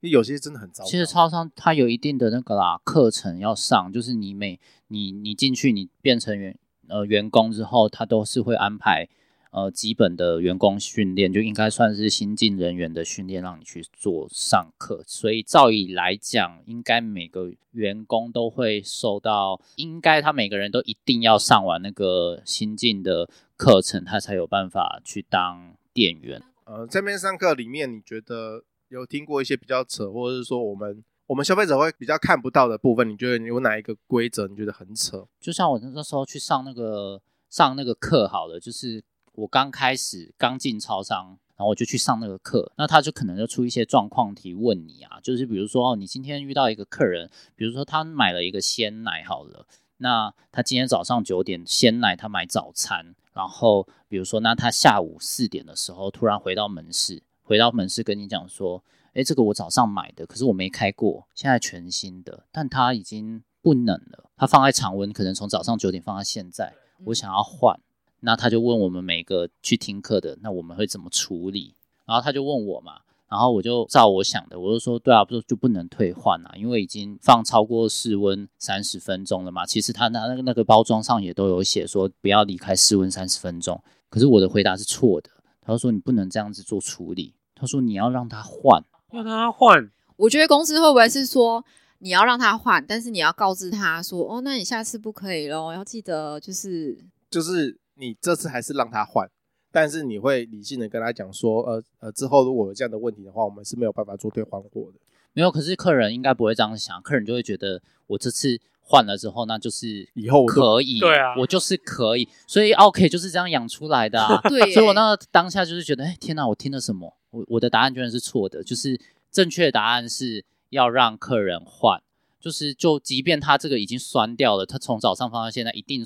S2: 因为有些真的很糟糕。
S1: 其实超商它有一定的那个啦课程要上，就是你每你你进去你变成员呃员工之后，他都是会安排呃基本的员工训练，就应该算是新进人员的训练，让你去做上课。所以照理来讲，应该每个员工都会受到，应该他每个人都一定要上完那个新进的课程，他才有办法去当店员。
S2: 呃，这边上课里面，你觉得有听过一些比较扯，或者是说我们我们消费者会比较看不到的部分，你觉得有哪一个规则你觉得很扯？
S1: 就像我那时候去上那个上那个课好了，就是我刚开始刚进超商，然后我就去上那个课，那他就可能就出一些状况题问你啊，就是比如说哦，你今天遇到一个客人，比如说他买了一个鲜奶好了，那他今天早上九点鲜奶他买早餐，然后比如说那他下午四点的时候突然回到门市，回到门市跟你讲说，诶，这个我早上买的，可是我没开过，现在全新的，但它已经不冷了，它放在常温，可能从早上九点放到现在，我想要换，那他就问我们每个去听课的，那我们会怎么处理？然后他就问我嘛，然后我就照我想的，我就说对啊，不就不能退换啊，因为已经放超过室温三十分钟了嘛。其实他那那个那个包装上也都有写说不要离开室温三十分钟，可是我的回答是错的。他就说你不能这样子做处理，他说你要让他换，
S3: 要让他换，
S4: 我觉得公司会不会是说你要让他换，但是你要告知他说，哦，那你下次不可以喽，要记得就是
S2: 就是你这次还是让他换，但是你会理性的跟他讲说，呃呃，之后如果有这样的问题的话，我们是没有办法做退换货的。
S1: 没有，可是客人应该不会这样想，客人就会觉得我这次换了之后，那就是
S2: 以后我都
S1: 可以，
S3: 对啊
S1: 我就是可以，所以 OK 就是这样养出来的 啊。
S4: 对耶，
S1: 所以我那当下就是觉得，哎、天哪，我听了什么？我我的答案居然是错的，就是正确的答案是要让客人换，就是就即便他这个已经酸掉了，他从早上放到现在，一定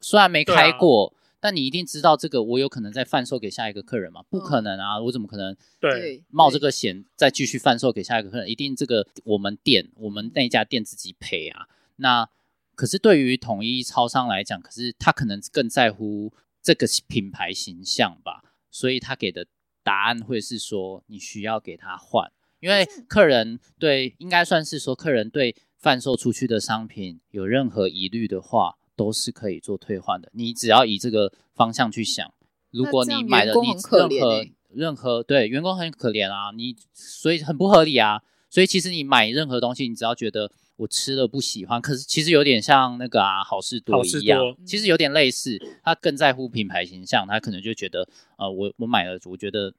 S1: 虽然没开过。但你一定知道这个，我有可能再贩售给下一个客人吗？不可能啊！我怎么可能
S3: 对，
S4: 对
S1: 冒这个险再继续贩售给下一个客人，一定这个我们店我们那家店自己赔啊。那可是对于统一超商来讲，可是他可能更在乎这个品牌形象吧，所以他给的答案会是说你需要给他换，因为客人对应该算是说客人对贩售出去的商品有任何疑虑的话，都是可以做退换的。你只要以这个方向去想，如
S4: 那
S1: 果
S4: 这
S1: 你
S4: 样
S1: 买
S4: 员
S1: 了
S4: 工
S1: 你
S4: 很可
S1: 任
S4: 怜
S1: 何
S4: 欸
S1: 任何对员工很可怜啊，你所以很不合理啊。所以其实你买任何东西，你只要觉得我吃了不喜欢，可是其实有点像那个啊好事多
S3: 好事
S1: 一样
S3: 多，
S1: 其实有点类似。他更在乎品牌形象，他可能就觉得呃，我我买了，我觉得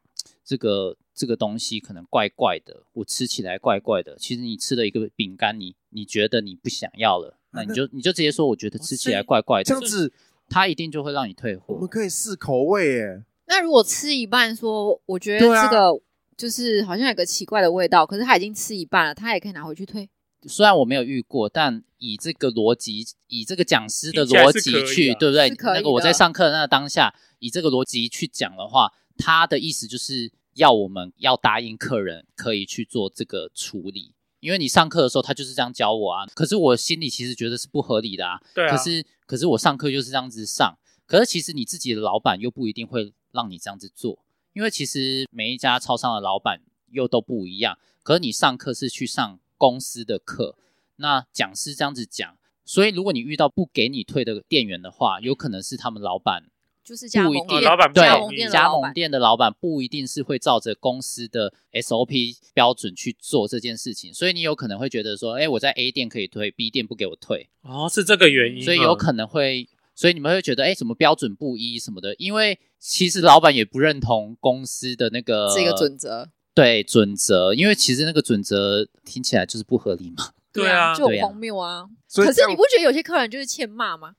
S1: 这个这个东西可能怪怪的，我吃起来怪怪的。其实你吃了一个饼干，你你觉得你不想要了，那你就你就直接说我觉得吃起来怪怪的，
S2: 哦这样子，
S1: 他一定就会让你退
S2: 我
S1: 货
S2: 们。可以试口味耶。
S4: 那如果吃一半说，我觉得
S2: 对啊
S4: 这个就是好像有个奇怪的味道，可是他已经吃一半了，他也可以拿回去退。
S1: 虽然我没有遇过，但以这个逻辑，以这个讲师的
S3: 听起来
S1: 逻
S3: 是
S1: 辑
S3: 可以啊
S1: 去，对不对
S4: 是？可以的
S1: 那个我在上课的那个当下，以这个逻辑去讲的话，他的意思就是要我们要答应客人可以去做这个处理，因为你上课的时候他就是这样教我啊。可是我心里其实觉得是不合理的啊。
S3: 对啊
S1: 可是可是我上课就是这样子上，可是其实你自己的老板又不一定会让你这样子做，因为其实每一家超商的老板又都不一样。可是你上课是去上公司的课，那讲师这样子讲，所以如果你遇到不给你退的店员的话，有可能是他们老板
S4: 就是加
S1: 不一
S4: 盟
S1: 定
S3: 哦
S4: 店，
S3: 老板不
S1: 对
S4: 加
S3: 同
S4: 盟
S3: 意
S4: 店的
S1: 加
S4: 老
S1: 盟
S4: 板，
S1: 店的老板不一定是会照着公司的 SOP 标准去做这件事情，所以你有可能会觉得说，哎，我在 A 店可以退，B 店不给我退，
S3: 哦，是这个原因啊，
S1: 所以有可能会，所以你们会觉得，哎，什么标准不一什么的，因为其实老板也不认同公司的那个
S4: 这个准则。
S1: 对准则，因为其实那个准则听起来就是不合理嘛。
S3: 对啊，
S4: 就
S1: 对
S4: 很
S1: 啊
S4: 荒谬啊。
S2: 所以
S4: 可
S2: 这
S4: 是
S2: 样
S4: 你不觉得有些客人就是欠 骂吗？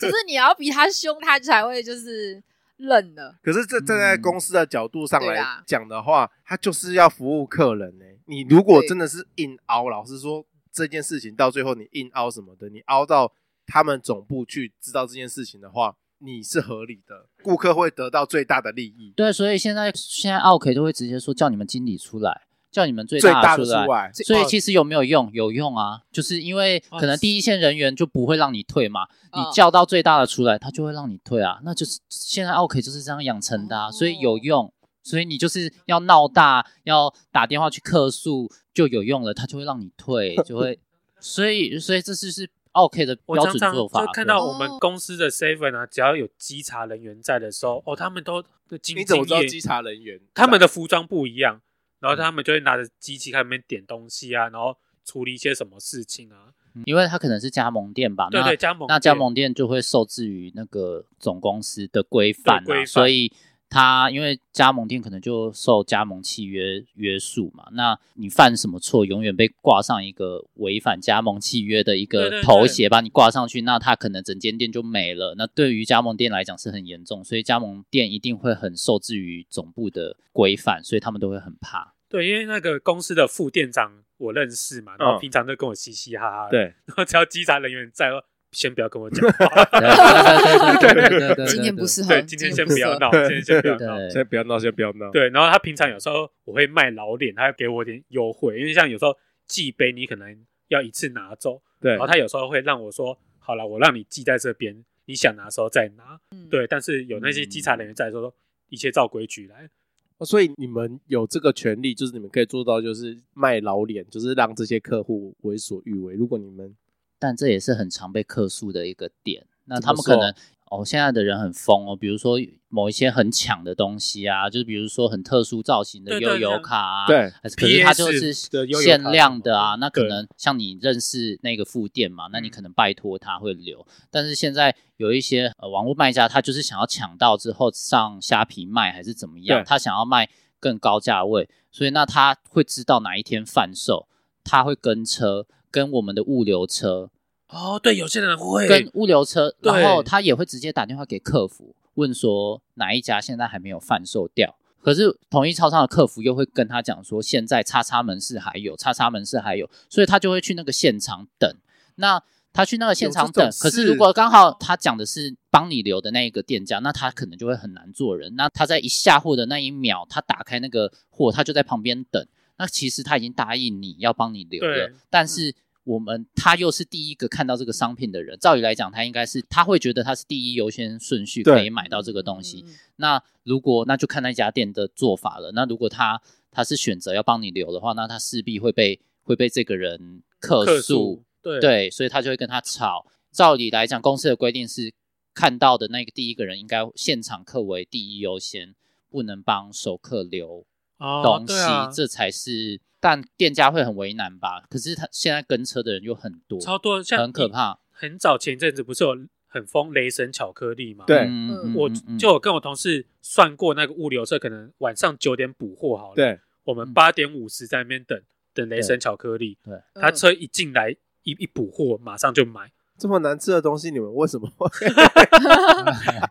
S4: 就是你要比他凶，他才会就是认了。
S2: 可是这站在公司的角度上
S4: 对
S1: 啊
S2: 来
S4: 啦
S2: 讲的话，他就是要服务客人呢、你如果
S4: 对
S2: 真的是硬凹，老实说，这件事情到最后你硬凹什么的，你凹到他们总部去知道这件事情的话，你是合理的，顾客会得到最大的利益，
S1: 对，所以现在现在奥 K 都会直接说叫你们经理出来，叫你们最
S2: 最
S1: 大
S2: 大
S1: 的
S2: 的
S1: 出
S2: 出
S1: 来。
S2: 来。哦
S1: 所
S3: 哦
S1: 以其实有没有用？有用啊，就是因为可能第一线人员就不会让你退嘛，
S3: 哦
S1: 你
S4: 嗯
S1: 叫到最大的出来，他就会让你退啊。那就是现在奥 K 就是这样养成的、啊，所以有
S4: 哦
S1: 用。所以你就是要闹大，要打电话去客诉就有用了，他就会让你 退，就会。所以所以这就是奥 K 的
S3: 我
S1: 标
S3: 常
S1: 准
S3: 常
S1: 做法。
S3: 就看到
S1: 对
S3: 我们公司的 seven 啊，只要有稽查人员在的时候，哦，他们都都兢
S2: 你怎么知道
S3: 兢
S2: 稽
S3: 业，
S2: 查人员？
S3: 他们的服装不一样，然后
S1: 嗯
S3: 他们就会拿着机器开始在那边点东西啊，然后处理一些什么事情啊，
S1: 因为他可能是加盟店吧，
S3: 对
S1: 那
S3: 对，加盟
S1: 那加
S3: 店
S1: 盟店就会受制于那个总公司的规范、啊，
S3: 对规范
S1: 所以他因为加盟店可能就受加盟契约约束嘛，那你犯什么错，永远被挂上一个违反加盟契约的一
S3: 对
S1: 个
S3: 对
S1: 头衔，把你挂上去，那他可能整间店就没了。那对于加盟店来讲是很严重，所以加盟店一定会很受制于总部的规范，所以他们都会很怕。
S3: 对，因为那个公司的副店长我认识嘛，然后平常都跟我嘻嘻哈哈，，
S2: 对，
S3: 然后只要稽查人员在，先不要跟我讲话，
S1: 对对对对对对对对，
S4: 今天不适合，
S3: 对，今天先不
S4: 适
S3: 要
S4: 合
S3: 闹，今天先不要闹。
S1: 对。
S2: 先不要闹，先不要闹。
S3: 对，然后他平常有时候我会卖老脸，他会给我点优惠，因为像有时候寄杯你可能要一次拿走，
S2: 对
S3: 然后他有时候会让我说，好了，我让你寄在这边，你想拿的时候再拿。
S4: 嗯
S3: 对，但是有那些稽查人员在的时候说，一切照规矩来。
S2: 所以你们有这个权利，就是你们可以做到，就是卖老脸，就是让这些客户为所欲为。如果你们
S1: 但这也是很常被客诉的一个点。那
S2: 怎么
S1: 他们可能哦，现在的人很疯哦，比如说某一些很抢的东西啊，就是比如说很特殊造型的
S3: 对
S1: 悠
S3: 对
S1: 游
S3: 像
S1: 卡啊，
S2: 对，
S1: 还是可是它就
S3: PS
S1: 是
S3: 的悠游
S1: 限
S3: 卡
S1: 量
S3: 什
S1: 的啊
S3: 么，的
S1: 那可
S3: 对
S1: 能像你认识那个副店嘛，那你
S3: 嗯
S1: 可能拜托他会留，但是现在有一些呃网络卖家，他就是想要抢到之后上虾皮卖还是怎么样
S2: 对，
S1: 他想要卖更高价位，所以那他会知道哪一天贩售，他会跟车，跟我们的物流车，
S3: 哦，对，有些人会
S1: 跟物流车，
S3: 对
S1: 然后他也会直接打电话给客服问说哪一家现在还没有贩售掉。可是统一超商的客服又会跟他讲说，现在叉叉门市还有，叉叉门市还有，所以他就会去那个现场等。那他去那个现场
S2: 有这
S1: 等
S2: 种，事
S1: 可是如果刚好他讲的是帮你留的那一个店家，那他可能就会很难做人。那他在一下货的那一秒，他打开那个货，他就在旁边等。那其实他已经答应你要帮你留了
S3: 对，
S1: 但是我们他又是第一个看到这个商品的人，照理来讲，他应该是他会觉得他是第一优先顺序
S2: 对
S1: 可以买到这个东西。
S4: 嗯
S1: 那如果那就看那家店的做法了。那如果他他是选择要帮你留的话，那他势必会被会被这个人客
S3: 客诉，对
S1: 对，所以他就会跟他吵。照理来讲，公司的规定是看到的那个第一个人应该现场客为第一优先，不能帮熟客留
S3: 哦
S1: 东西，
S3: 对啊
S1: 这才是。但店家会很为难吧？可是他现在跟车的人又很多，
S3: 超多，像
S1: 很可
S3: 你。
S1: 怕。
S3: 很早前阵子不是有很疯雷神巧克力嘛？
S2: 对
S1: 嗯
S3: 我
S1: 嗯嗯
S3: 就有跟我同事算过，那个物流社可能晚上九点补货好了，，
S2: 对，
S3: 我
S1: 嗯
S3: 们八点五十在那边等等雷神巧克力，
S1: 对
S4: 嗯
S3: 他车一进来一一补货马上就 买。
S2: 这么难吃的东西，你们为什么会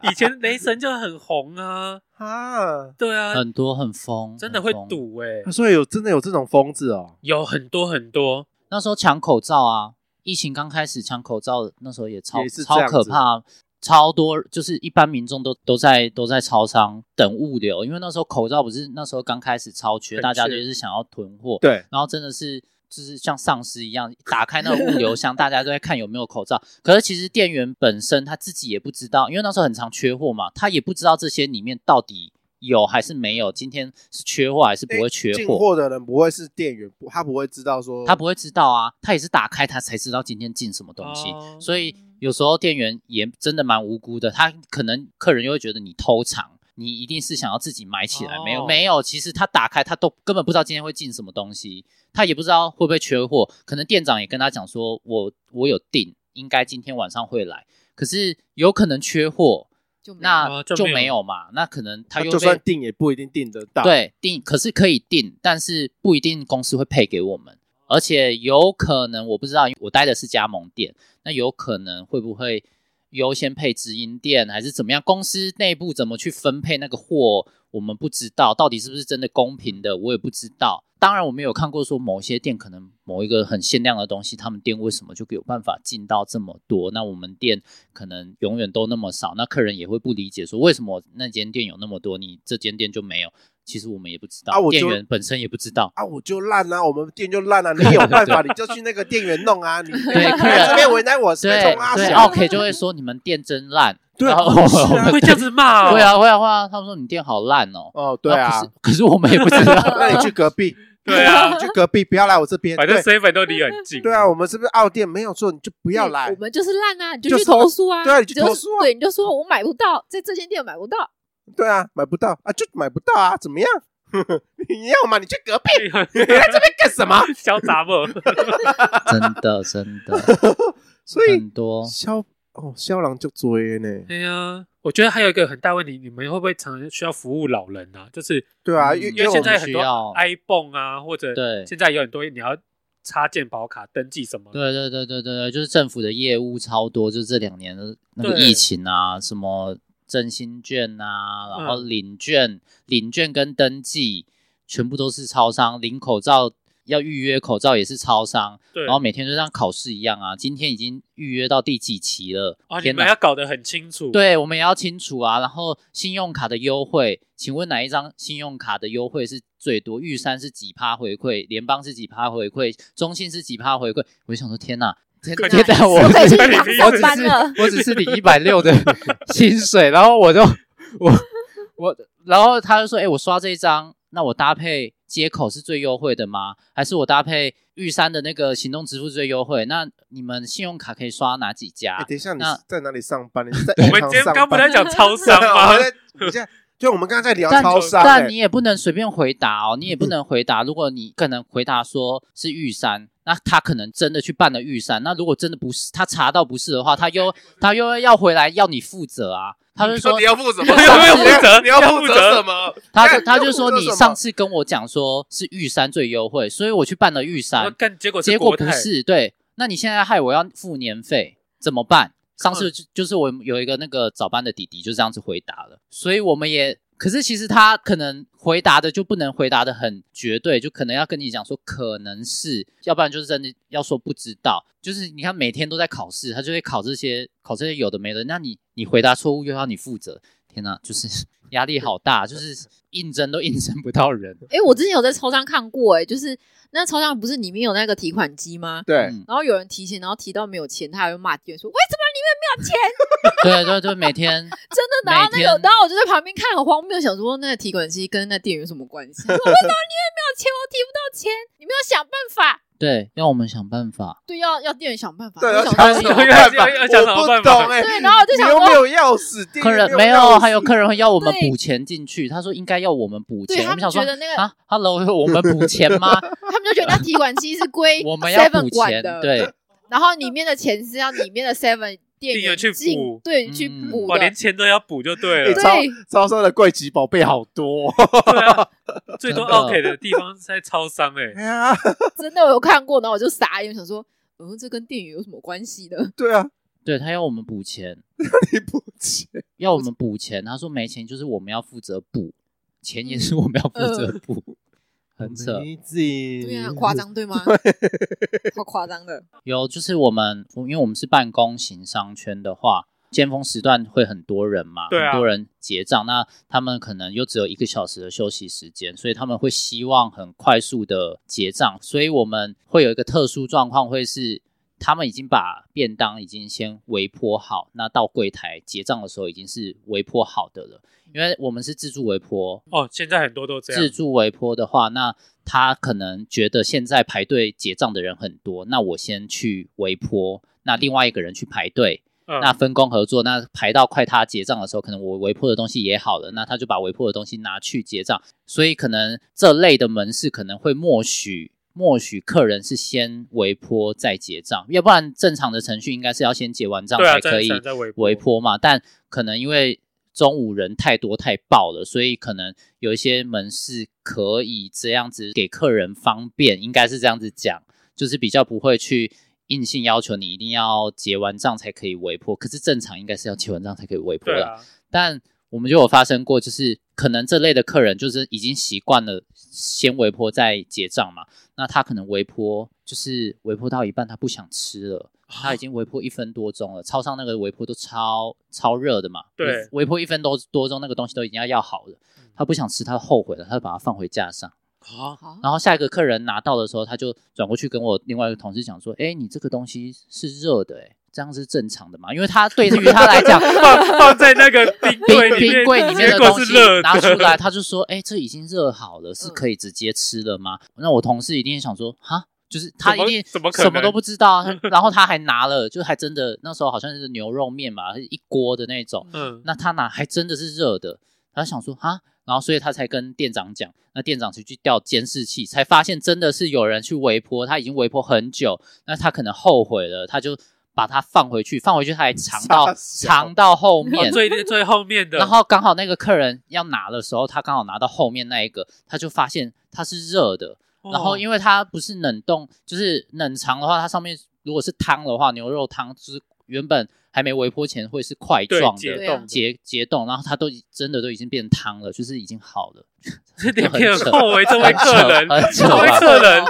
S3: 以前雷神就很红啊，
S2: 啊？
S3: 对啊，
S1: 很多很疯，
S3: 真的会
S1: 很疯。
S3: 堵 哎、
S2: 所以有真的有这种疯子哦，
S3: 有很多很多，
S1: 那时候抢口罩啊，疫情刚开始抢口罩，那时候也超
S2: 也是这
S1: 超
S2: 样子
S1: 可怕，超多就是一般民众都都在都在超商等物流，因为那时候口罩不是那时候刚开始超缺，
S3: 很
S1: 大家就
S3: 缺
S1: 是想要囤货，
S2: 对，
S1: 然后真的是。就是像丧尸一样，打开那个物流箱，大家都在看有没有口罩。可是其实店员本身他自己也不知道，因为那时候很常缺货嘛，他也不知道这些里面到底有还是没有，今天是缺货还是不会缺
S2: 进
S1: 货。
S2: 货的人不会是店员，不他不会知道说
S1: 他不会知道啊，他也是打开他才知道今天进什么东西，
S3: 哦
S1: 所以有时候店员也真的蛮无辜的，他可能客人又会觉得你偷藏。你一定是想要自己买起来，没有
S3: 哦
S1: 没有，其实他打开他都根本不知道今天会进什么东西，他也不知道会不会缺货，可能店长也跟他讲说，我我有订，应该今天晚上会来，可是有可能缺货，
S4: 就没有
S1: 那
S3: 哦就
S1: 就
S3: 没有
S1: 没有嘛，那可能他
S2: 他
S1: 又
S2: 就
S1: 被
S2: 算订也不一定订得到。，
S1: 对，定可是可以定，但是不一定公司会配给我们，而且有可能我不知道，因为我待的是加盟店，那有可能会不会优先配直营店，还是怎么样？公司内部怎么去分配那个货，我们不知道，到底是不是真的公平的，我也不知道。当然，我们有看过说某些店可能某一个很限量的东西，他们店为什么就有办法进到这么多？那我们店可能永远都那么少，那客人也会不理解说为什么那间店有那么多，你这间店就没有。其实我们也不知道，
S2: 啊我就
S1: 店员本身也不知道。
S2: 啊，我就烂啊，我们店就烂啊，你有 办法你就去那个店员弄啊，你
S1: 对客人
S2: 来这边为难我，是
S1: 对
S2: 冲啊阿
S1: 对
S2: 小，
S1: ，OK 就会说你们店真烂。
S2: 对
S1: 然后
S2: 是啊
S1: 我们
S3: 会这样子骂、哦，
S1: 对，啊，会啊，会啊。他们说你店好烂哦。
S2: 哦，对
S1: 那
S2: 啊
S1: 可是，可是我们也不知道。
S2: 那你去隔壁，
S3: 对啊
S2: 你去隔壁，不要来我这边，
S3: 反正
S2: 对
S3: seven 都离很近，
S2: 对啊，我 们是不是奥店没有做，你就不
S4: 不
S2: 要来
S4: 我，们就是烂啊，你就
S2: 就
S4: 去
S2: 是烂
S4: 投诉啊，
S2: 对啊你去
S4: 就
S2: 投
S4: 是
S2: 诉啊
S4: 对，你就说我买不到，在这间店买不到，
S2: 对啊，买不到啊，就买不到啊，怎么样？ 你要嘛，你去隔壁，
S3: 对
S2: 你来这边干什么？
S3: 小杂货，
S1: 真的，真的
S2: 所以
S1: 很多。
S2: 肖哦，肖郎就追呢，
S3: 对呀，我觉得还有一个很大问题，你们会不会常常需要服务老人啊？就是
S2: 对啊，
S1: 嗯
S2: 因
S3: 因为
S2: 我
S3: 现
S2: 们
S3: 在
S1: 需
S3: 很多
S1: 要
S3: iPhone 啊，或者
S1: 对
S3: 现在有很多你要插健保卡登记什么的，
S1: 对对对对对对，就是政府的业务超多，就是这两年的那个
S3: 对
S1: 疫情啊，什么振兴券啊，然后
S3: 嗯
S1: 领券、领券跟登记全部都是超商，领口罩要预约口罩也是超商，
S3: 对，
S1: 然后每天就像考试一样啊，今天已经预约到第几期了？
S3: 啊，你
S1: 天
S3: 们
S1: 哪！
S3: 要搞得很清楚，，
S1: 对，我们也要清楚啊。然后信用卡的优惠，请问哪一张信用卡的优惠是最多？玉山是几趴回馈？联邦是几趴回馈？中信是几趴回馈？我就想说，天哪！天
S3: 快
S1: 天
S3: 点
S1: 哪！我
S4: 我可以
S1: 只
S4: 去
S1: 是我
S4: 当上
S1: 只是
S4: 班了。
S1: 我只是领一百六的薪水，然后我就我我，然后他就说，哎、我刷这一张，那我搭配接口是最优惠的吗？还是我搭配玉山的那个行动支付最优惠？那你们信用卡可以刷哪几家？
S2: 哎等一下，你
S1: 那
S2: 是在哪里上班？你是在
S3: 我
S2: 银
S3: 们
S2: 行
S3: 今天
S2: 上
S3: 刚不
S2: 班
S3: 在讲超商吗
S2: 我？在，你现在就我们刚刚在聊
S1: 但
S2: 超商、
S1: 但
S2: 欸
S1: 你，也不能随便回答哦，你也不能回答。如果你可能回答说是玉山，那他可能真的去办了玉山。那如果真的不是，他查到不是的话，他又他又要回来要你负责啊。他就说
S2: 你要负责
S3: 我有没有负责
S2: 你要
S3: 要
S2: 负
S3: 负
S2: 责
S3: 责
S2: 什么？
S1: 他
S2: 哎
S1: 就他就
S2: 要
S1: 说
S2: 负责
S1: 你
S2: 什么
S1: 上次跟我讲说是玉山最优惠，所以啊我去办了玉
S3: 然后
S1: 山，
S3: 干结果是
S1: 结果
S3: 国
S1: 不
S3: 泰，
S1: 是对。那你现在害我要付年费，怎么办？上
S3: 嗯
S1: 次就就是我有一个那个早班的弟弟就这样子回答了，所以我们也可是其实他可能回答的就不能回答的很绝对，就可能要跟你讲说可能是，要不然就是真的要说不知道。就是你看每天都在考试，他就会考这些考这些有的没的，那你你回答错误又要你负责，天哪，就是 压力好大， 就是应征都应征不到人。
S4: 哎、我之前有在超商看过、哎，就是那超商不是里面有那个提款机吗？
S2: 对，
S1: 嗯，
S4: 然后有人提钱，然后提到没有钱，他还会骂店员说：“为什么里面没有钱
S1: 对对对，每天？”
S4: 真的，然后那
S1: 每
S4: 个，
S1: 天
S4: 然后我就在旁边看，很荒谬，想说那个提款机跟那店员有什么关系？我为什么 里面没有钱？我提不到钱，你们要想办法。
S1: 对，要我们想办法。
S4: 对，要要店员想办法。
S2: 对，
S4: 我
S2: 要
S4: 就
S2: 想办
S4: 想说
S2: 法，
S3: 要要要要想什
S2: 我
S3: 么
S2: 不
S3: 办
S2: 懂
S3: 法
S2: 哎、
S4: 对，然后我就
S2: 你
S4: 想
S2: 又没
S4: 说，
S2: 有钥匙，店
S1: 客
S2: 员
S1: 人没有，
S2: 有，
S1: 还有客人会要我们
S4: 对
S1: 补钱进去。他说应该要我们补
S4: 对
S1: 钱，
S4: 他
S1: 我
S4: 们
S1: 想说
S4: 觉得那个
S1: 啊，Hello，我们 补钱吗？
S4: 他们就觉得那提款机是归
S1: 我们要
S4: Seven
S1: 补
S4: 管
S1: 钱
S4: 的，，
S1: 对，
S4: 然后里面的钱是要里 面的 Seven 店
S3: 店员
S4: 员
S3: 去
S4: 进
S3: 补
S4: 对，
S1: 嗯
S4: 去补
S3: 哇，连
S4: 的。
S3: 钱都要补就对
S2: 哎
S3: 了
S4: 对。
S2: 超超商的柜级宝贝好多、哦，
S3: 对啊，最多
S1: 真的
S3: OK 的地方是在超商哎、
S2: 哎呀，
S4: 真的我有看过，然后我就傻眼，想说，嗯，这跟店员有什么关系呢？
S2: 对啊，
S1: 对他要我们补钱，
S2: 你不起，
S1: 要我们补钱。他说没钱就是我们要负责补，钱也是我们要负
S4: 嗯
S1: 责补，很扯。
S2: Amazing
S4: 对
S1: 嗯
S4: 啊，很夸。张 对吗？超夸张的。
S1: 有就是我们，因为我们是办公型商圈的话，尖峰时段会很多人嘛，
S3: 对啊
S1: 很多人结账，那他们可能又只有一个小时的休息时间，所以他们会希望很快速的结账，所以我们会有一个特殊状况，会是。他们已经把便当已经先微波好，那到柜台结账的时候已经是微波好的了，因为我们是自助微波，
S3: 哦，现在很多都这
S1: 自
S3: 样，
S1: 助微波的话，那他可能觉得现在排队结账的人很多，那我先去微波，那另外一个人去排队，
S3: 嗯
S1: 那分工合作，那排到快他结账的时候，可能我微波的东西也好了，那他就把微波的东西拿去结账，所以可能这类的门市可能会默许。默许客人是先微波再结账，要不然正常的程序应该是要先结完账
S3: 对啊，
S1: 才
S3: 在
S1: 可以
S3: 在在微
S1: 微波嘛，但可能因为中午人太多太爆了，所以可能有一些门市可以这样子给客人方便，应该是这样子讲，就是比较不会去硬性要求你一定要结完账才可以微波，可是正常应该是要结完账才可以微波
S3: 对
S1: 啦。
S3: 啊，
S1: 但我们就有发生过，就是可能这类的客人就是已经习惯了先微波再结账嘛，那他可能微波就是微波到一半他不想吃了，他已经微波一分多钟了，超商那个微波都超超热的嘛，
S3: 对
S1: 微波一分多多钟那个东西都已经要要好了，他不想吃，他后悔了，他就把它放回架上。
S3: 啊，
S4: 好，
S1: 然后下一个客人拿到的时候，他就转过去跟我另外一个同事讲说：“哎，你这个东西是热的、诶哎，这样是正常的嘛？因为他对于他来讲，
S3: 放放在那个 冰
S1: 冰
S3: 柜里
S1: 冰柜里面
S3: 结
S1: 的
S3: 果
S1: 东
S3: 是
S1: 西
S3: 热的嗯
S1: 拿出 来，他就说：“哎、这已经热好了，是可以直接吃了吗？”那我同事一定想说：“哈，就是他一定
S3: 怎么怎么可能
S1: 什么都不知道 啊。”然后他还拿了，就还真的那时候好像是牛肉面吧，是一锅的那种。
S3: 嗯，
S1: 那他拿还真的是热的，他想说哈，然后所以他才跟店长讲，那店长去去调监视器，才发现真的是有人去微波，他已经微波很久，那他可能后悔了，他就把它放回去，放回去他 还尝到
S2: 傻小
S1: 尝到后面
S3: 哦，，最最后面的，
S1: 嗯然后刚好那个客人要拿的时候，他刚好拿到后面那一个，他就发现它是热的，然后
S3: 为
S1: 因为它不是冷冻，就是冷藏的话，它上面如果是汤的话，牛肉汤就是原本还没微波前会是块
S3: 对
S1: 状
S3: 解
S1: 的。
S4: 对啊
S3: 冻的，
S1: 结结冻，然后它都已真的都已经变汤了，就是已经好了，
S3: 这点
S1: 很
S3: 片
S1: 扯
S3: 后为这位
S1: 很
S3: 客人，
S1: 扯，很扯啊
S3: 这位
S1: 吧，
S3: 客人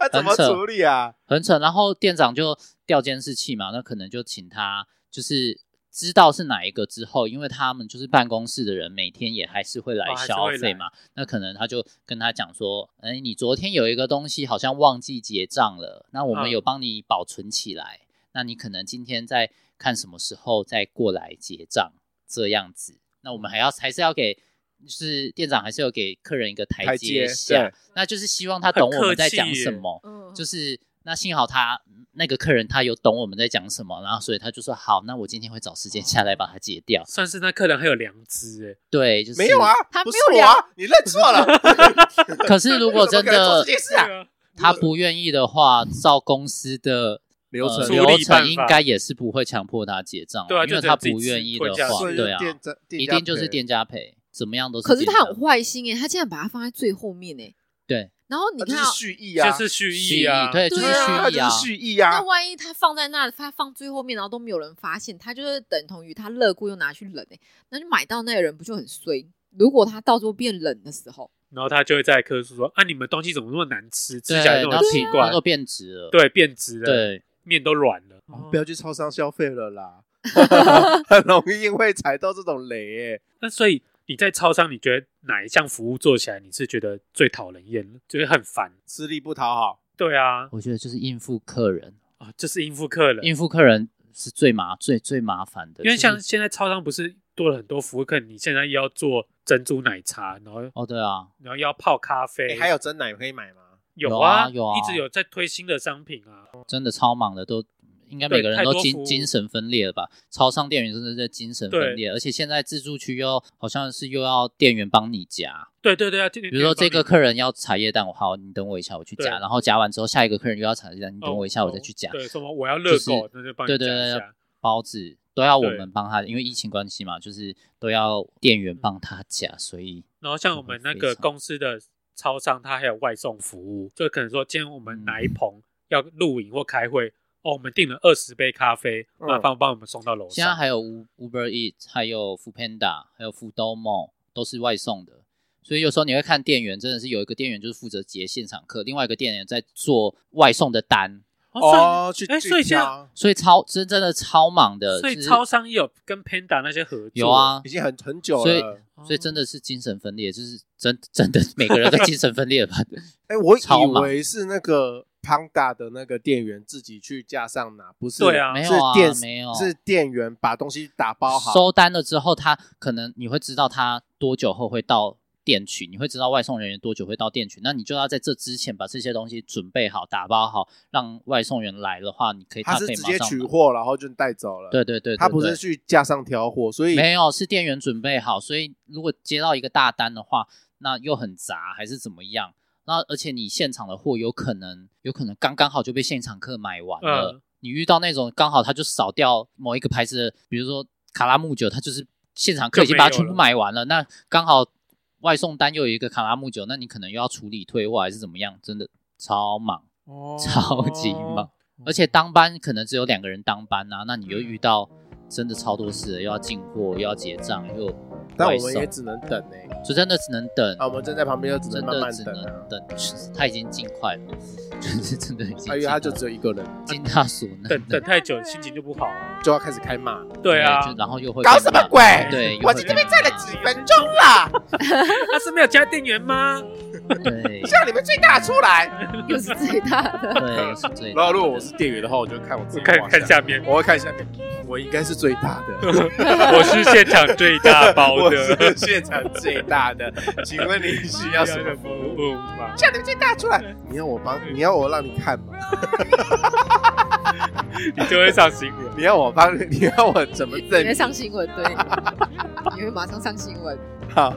S2: 他怎么
S1: 很扯
S2: 处理啊？
S1: 很扯。然后店长就调监视器嘛，那可能就请他就是知道是哪一个之后，因为他们就是办公室的人，每天也还是会来
S3: 哦还是
S1: 消
S3: 会
S1: 费
S3: 来
S1: 嘛。那可能他就跟他讲说，哎，你昨天有一个东西好像忘记结账了，那我们
S3: 嗯
S1: 有帮你保存起来，那你可能今天再看什么时候再过来结账这样子。那我们还要还是要给就是店长还是有给客人一个台
S2: 台阶
S1: 阶
S2: 对
S1: 下，那就是希望他懂我们在讲什么。
S4: 嗯，
S1: 就是是那幸好他那个客人他有懂我们在讲什么，然后所以他就说好，那我今天会找时间下来把它解 掉。
S3: 算是那客人还有良知哎，
S1: 对，就是
S2: 没有啊，
S4: 他
S2: 不是
S4: 没有
S2: 我
S4: 聊
S2: 啊，你认错了。
S1: 可是如果真
S2: 你怎么可能做
S1: 的
S2: 这件事啊，
S3: 啊，
S1: 他不愿意的话，照公司的
S2: 流
S1: 呃
S2: 程
S3: 处理
S1: 流
S3: 办
S1: 程
S3: 法
S1: 应该也是不会强迫他结账啊，
S3: 对啊
S1: 因
S3: 就
S1: 为
S3: 只
S1: 他
S3: 能自己
S1: 不愿意的
S3: 退价
S1: 话，
S2: 所以就
S1: 对啊，
S2: 店家店
S1: 一
S2: 家
S1: 定就是
S2: 赔
S1: 店家赔，怎么样都是
S4: 可是
S1: 店家
S4: 他很坏心哎、他竟然把它放在最后面哎、
S1: 对，
S4: 然后你
S2: 啊这
S4: 看
S2: 是
S4: 啊，
S2: 蓄意啊，
S3: 就是蓄
S1: 蓄
S3: 意啊，
S1: 对，就是
S4: 对啊
S1: 蓄意
S2: 就
S1: 啊
S2: 是，蓄意啊
S4: 那。万一他放在那，他放最后面，然后都没有人发现，他就是等同于他乐过又拿去冷哎、那就买到那个人不就很衰？如果他到时候变冷的时候，
S3: 然后他就会在客诉说啊，你们东西怎么那么难吃，吃
S1: 对，
S3: 起来这
S1: 然
S3: 么
S1: 后
S3: 奇
S1: 品
S3: 怪
S1: 都，变质了，
S3: 对，啊变质了，，
S1: 对，
S3: 面都软了，
S2: 哦
S3: 哦
S2: 不要去超商消费了啦，很容易会踩到这种雷耶。
S3: 那所以你在超商，你觉得哪一项服务做起来你是觉得最讨人厌，觉得很烦？
S2: 吃力不讨好，
S3: 对啊，
S1: 我觉得就是应付客人，
S3: 啊，就是应付客人，
S1: 应付客人是最麻最最麻烦的，
S3: 因为
S1: 就
S3: 像
S1: 是
S3: 现在超商不是多了很多服务客人，你现在又要做珍珠奶茶，然后
S1: 哦对啊，
S3: 然后又要泡咖啡，
S2: 诶还有真奶可以买吗？
S3: 有
S1: 有啊有啊
S3: 一直有在推新的商品啊，
S1: 真的超忙的，都应该
S3: 对
S1: 每个人都
S3: 太多服
S1: 精
S3: 务
S1: 精神分裂了吧？超商店员真的是精神分裂，而且现在自助区又好像是又要店员帮你夹，
S3: 对对对啊，比
S1: 比如说这个客人要茶叶蛋，我好，你等我一下，我去
S3: 对哦
S1: 夹，然后夹完之后下一个客人又要茶叶蛋，你等我一下，我再去夹。
S3: 对，什么我要热狗，那就帮
S1: 对对
S3: 你夹一
S1: 对
S3: 下，，
S1: 包子都要我
S3: 对嗯
S1: 们帮他，因为疫情关系嘛，就是都要店员帮他夹，所以
S3: 然后像我们
S1: 嗯
S3: 那
S1: 非
S3: 个
S1: 常
S3: 公司的超商，它还有外送服务，就可能说今天我们哪一
S1: 嗯
S3: 棚要录影或开会，哦，我们订了二十杯咖啡，
S2: 嗯
S3: 麻烦帮我们送到楼上。
S1: 现在还有 U- Uber Eat，还有 f o o Panda，还有 f o o Domo，都是外送的。所以有时候你会看店员，真的是有一个店员就是负责接现场客，另外一个店员在做外送的单，
S3: 哦，
S2: 去
S3: 哎所以
S2: 去
S3: 现在
S2: 挑
S1: 所以超真真的超忙的，
S3: 所以
S1: 就是
S3: 超商也有跟 Panda 那些合作，
S1: 有，啊
S2: 已，经很很久
S1: 所以
S2: 了。
S3: 哦
S1: 所以真的是精神分裂，就是真真的每个人都精神分裂 吧。
S2: 哎，我
S1: 超
S2: 以
S1: 忙
S2: 为是那个胖大的那个店员自己去架上拿，不是？
S3: 对啊
S1: 没
S2: 是
S1: 有啊
S2: 店，
S1: 没有
S2: 是店员把东西打包好。
S1: 收单了之后，他可能你会知道他多久后会到店取，你会知道外送人员多久会到店取，那你就要在这之前把这些东西准备好、打包好，让外送员来的话，你可以
S2: 他
S1: 可
S2: 是
S1: 以
S2: 直
S1: 马
S2: 接
S1: 上
S2: 取
S1: 拿。
S2: 货，然后就带走了。
S1: 对对对对
S2: 他不
S1: 对
S2: 是去架上挑货，所以
S1: 没有，是店员准备好，所以如果接到一个大单的话，那又很杂还是怎么样？那而且你现场的货有可能有可能刚刚好就被现场客买完了，
S3: 嗯
S1: 你遇到那种刚好他就少掉某一个牌子的，比如说卡拉木酒，他就是现场客已经把它
S3: 就没有
S1: 全部
S3: 了
S1: 买完了，那刚好外送单又有一个卡拉木酒，那你可能又要处理退货还是怎么样，真的超忙，
S2: 哦
S1: 超级
S3: 哦
S1: 忙。而且当班可能只有两个人当班啊，那你又遇到
S2: 嗯
S1: 真的超多事的，又要进货，又要结账，又
S2: 但
S1: 外
S2: 我们也
S1: 送
S2: 只能等呢。
S1: 就真的只能等，
S2: 啊，我们站在旁边就只
S1: 真
S2: 能慢
S1: 的
S2: 慢
S1: 只
S2: 等
S1: 能
S2: 啊。
S1: 等，就是他已经尽快了，就是真的已经
S2: 哎
S1: 尽
S2: 呀，
S1: 他
S2: 他就只有一个人，
S1: 尽他所能
S3: 等
S1: 的
S3: 等，太久心情就不好啊。
S2: 就要开始开骂。
S3: 对啊
S1: 就，然后又会
S2: 搞什么鬼
S1: 对，
S2: 我在这边站了几分钟了，
S3: 他是没有加店员吗？
S1: 钟，对
S2: 叫你们最大出来。
S4: 又是最大的。
S1: 对是最
S2: 啊然后如果我是店员的话，我就看我自己
S3: 看
S2: 往
S3: 看下面，
S2: 我会看下面，我应该是最大的，
S3: 我是现场最 大包
S2: 我
S3: 的
S2: 是。现场最大的。请问你需要什么？
S3: 服务吗？
S2: 叫你们最大出来！你要我帮，你要我让你看吗？
S3: 你就会上新闻。
S2: 你要我帮，你要我怎么
S4: 你
S2: 证
S4: 会
S2: 明？
S4: 上新闻，对，你会马上上新闻。
S2: 好，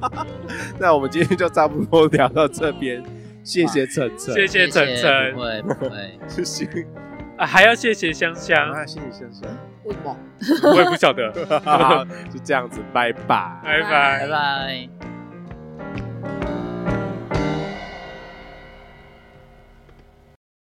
S2: 那我们今天就差不多聊到这边，谢谢晨晨，
S3: 谢谢晨晨
S1: 不会不会，
S2: 谢谢
S3: 啊，还要谢谢香香，
S2: 啊，谢谢先 生。
S4: 为什么？
S3: 我也不晓得。
S2: 好，就这样子，拜拜。
S3: 拜
S1: 拜。
S3: 拜
S1: 拜。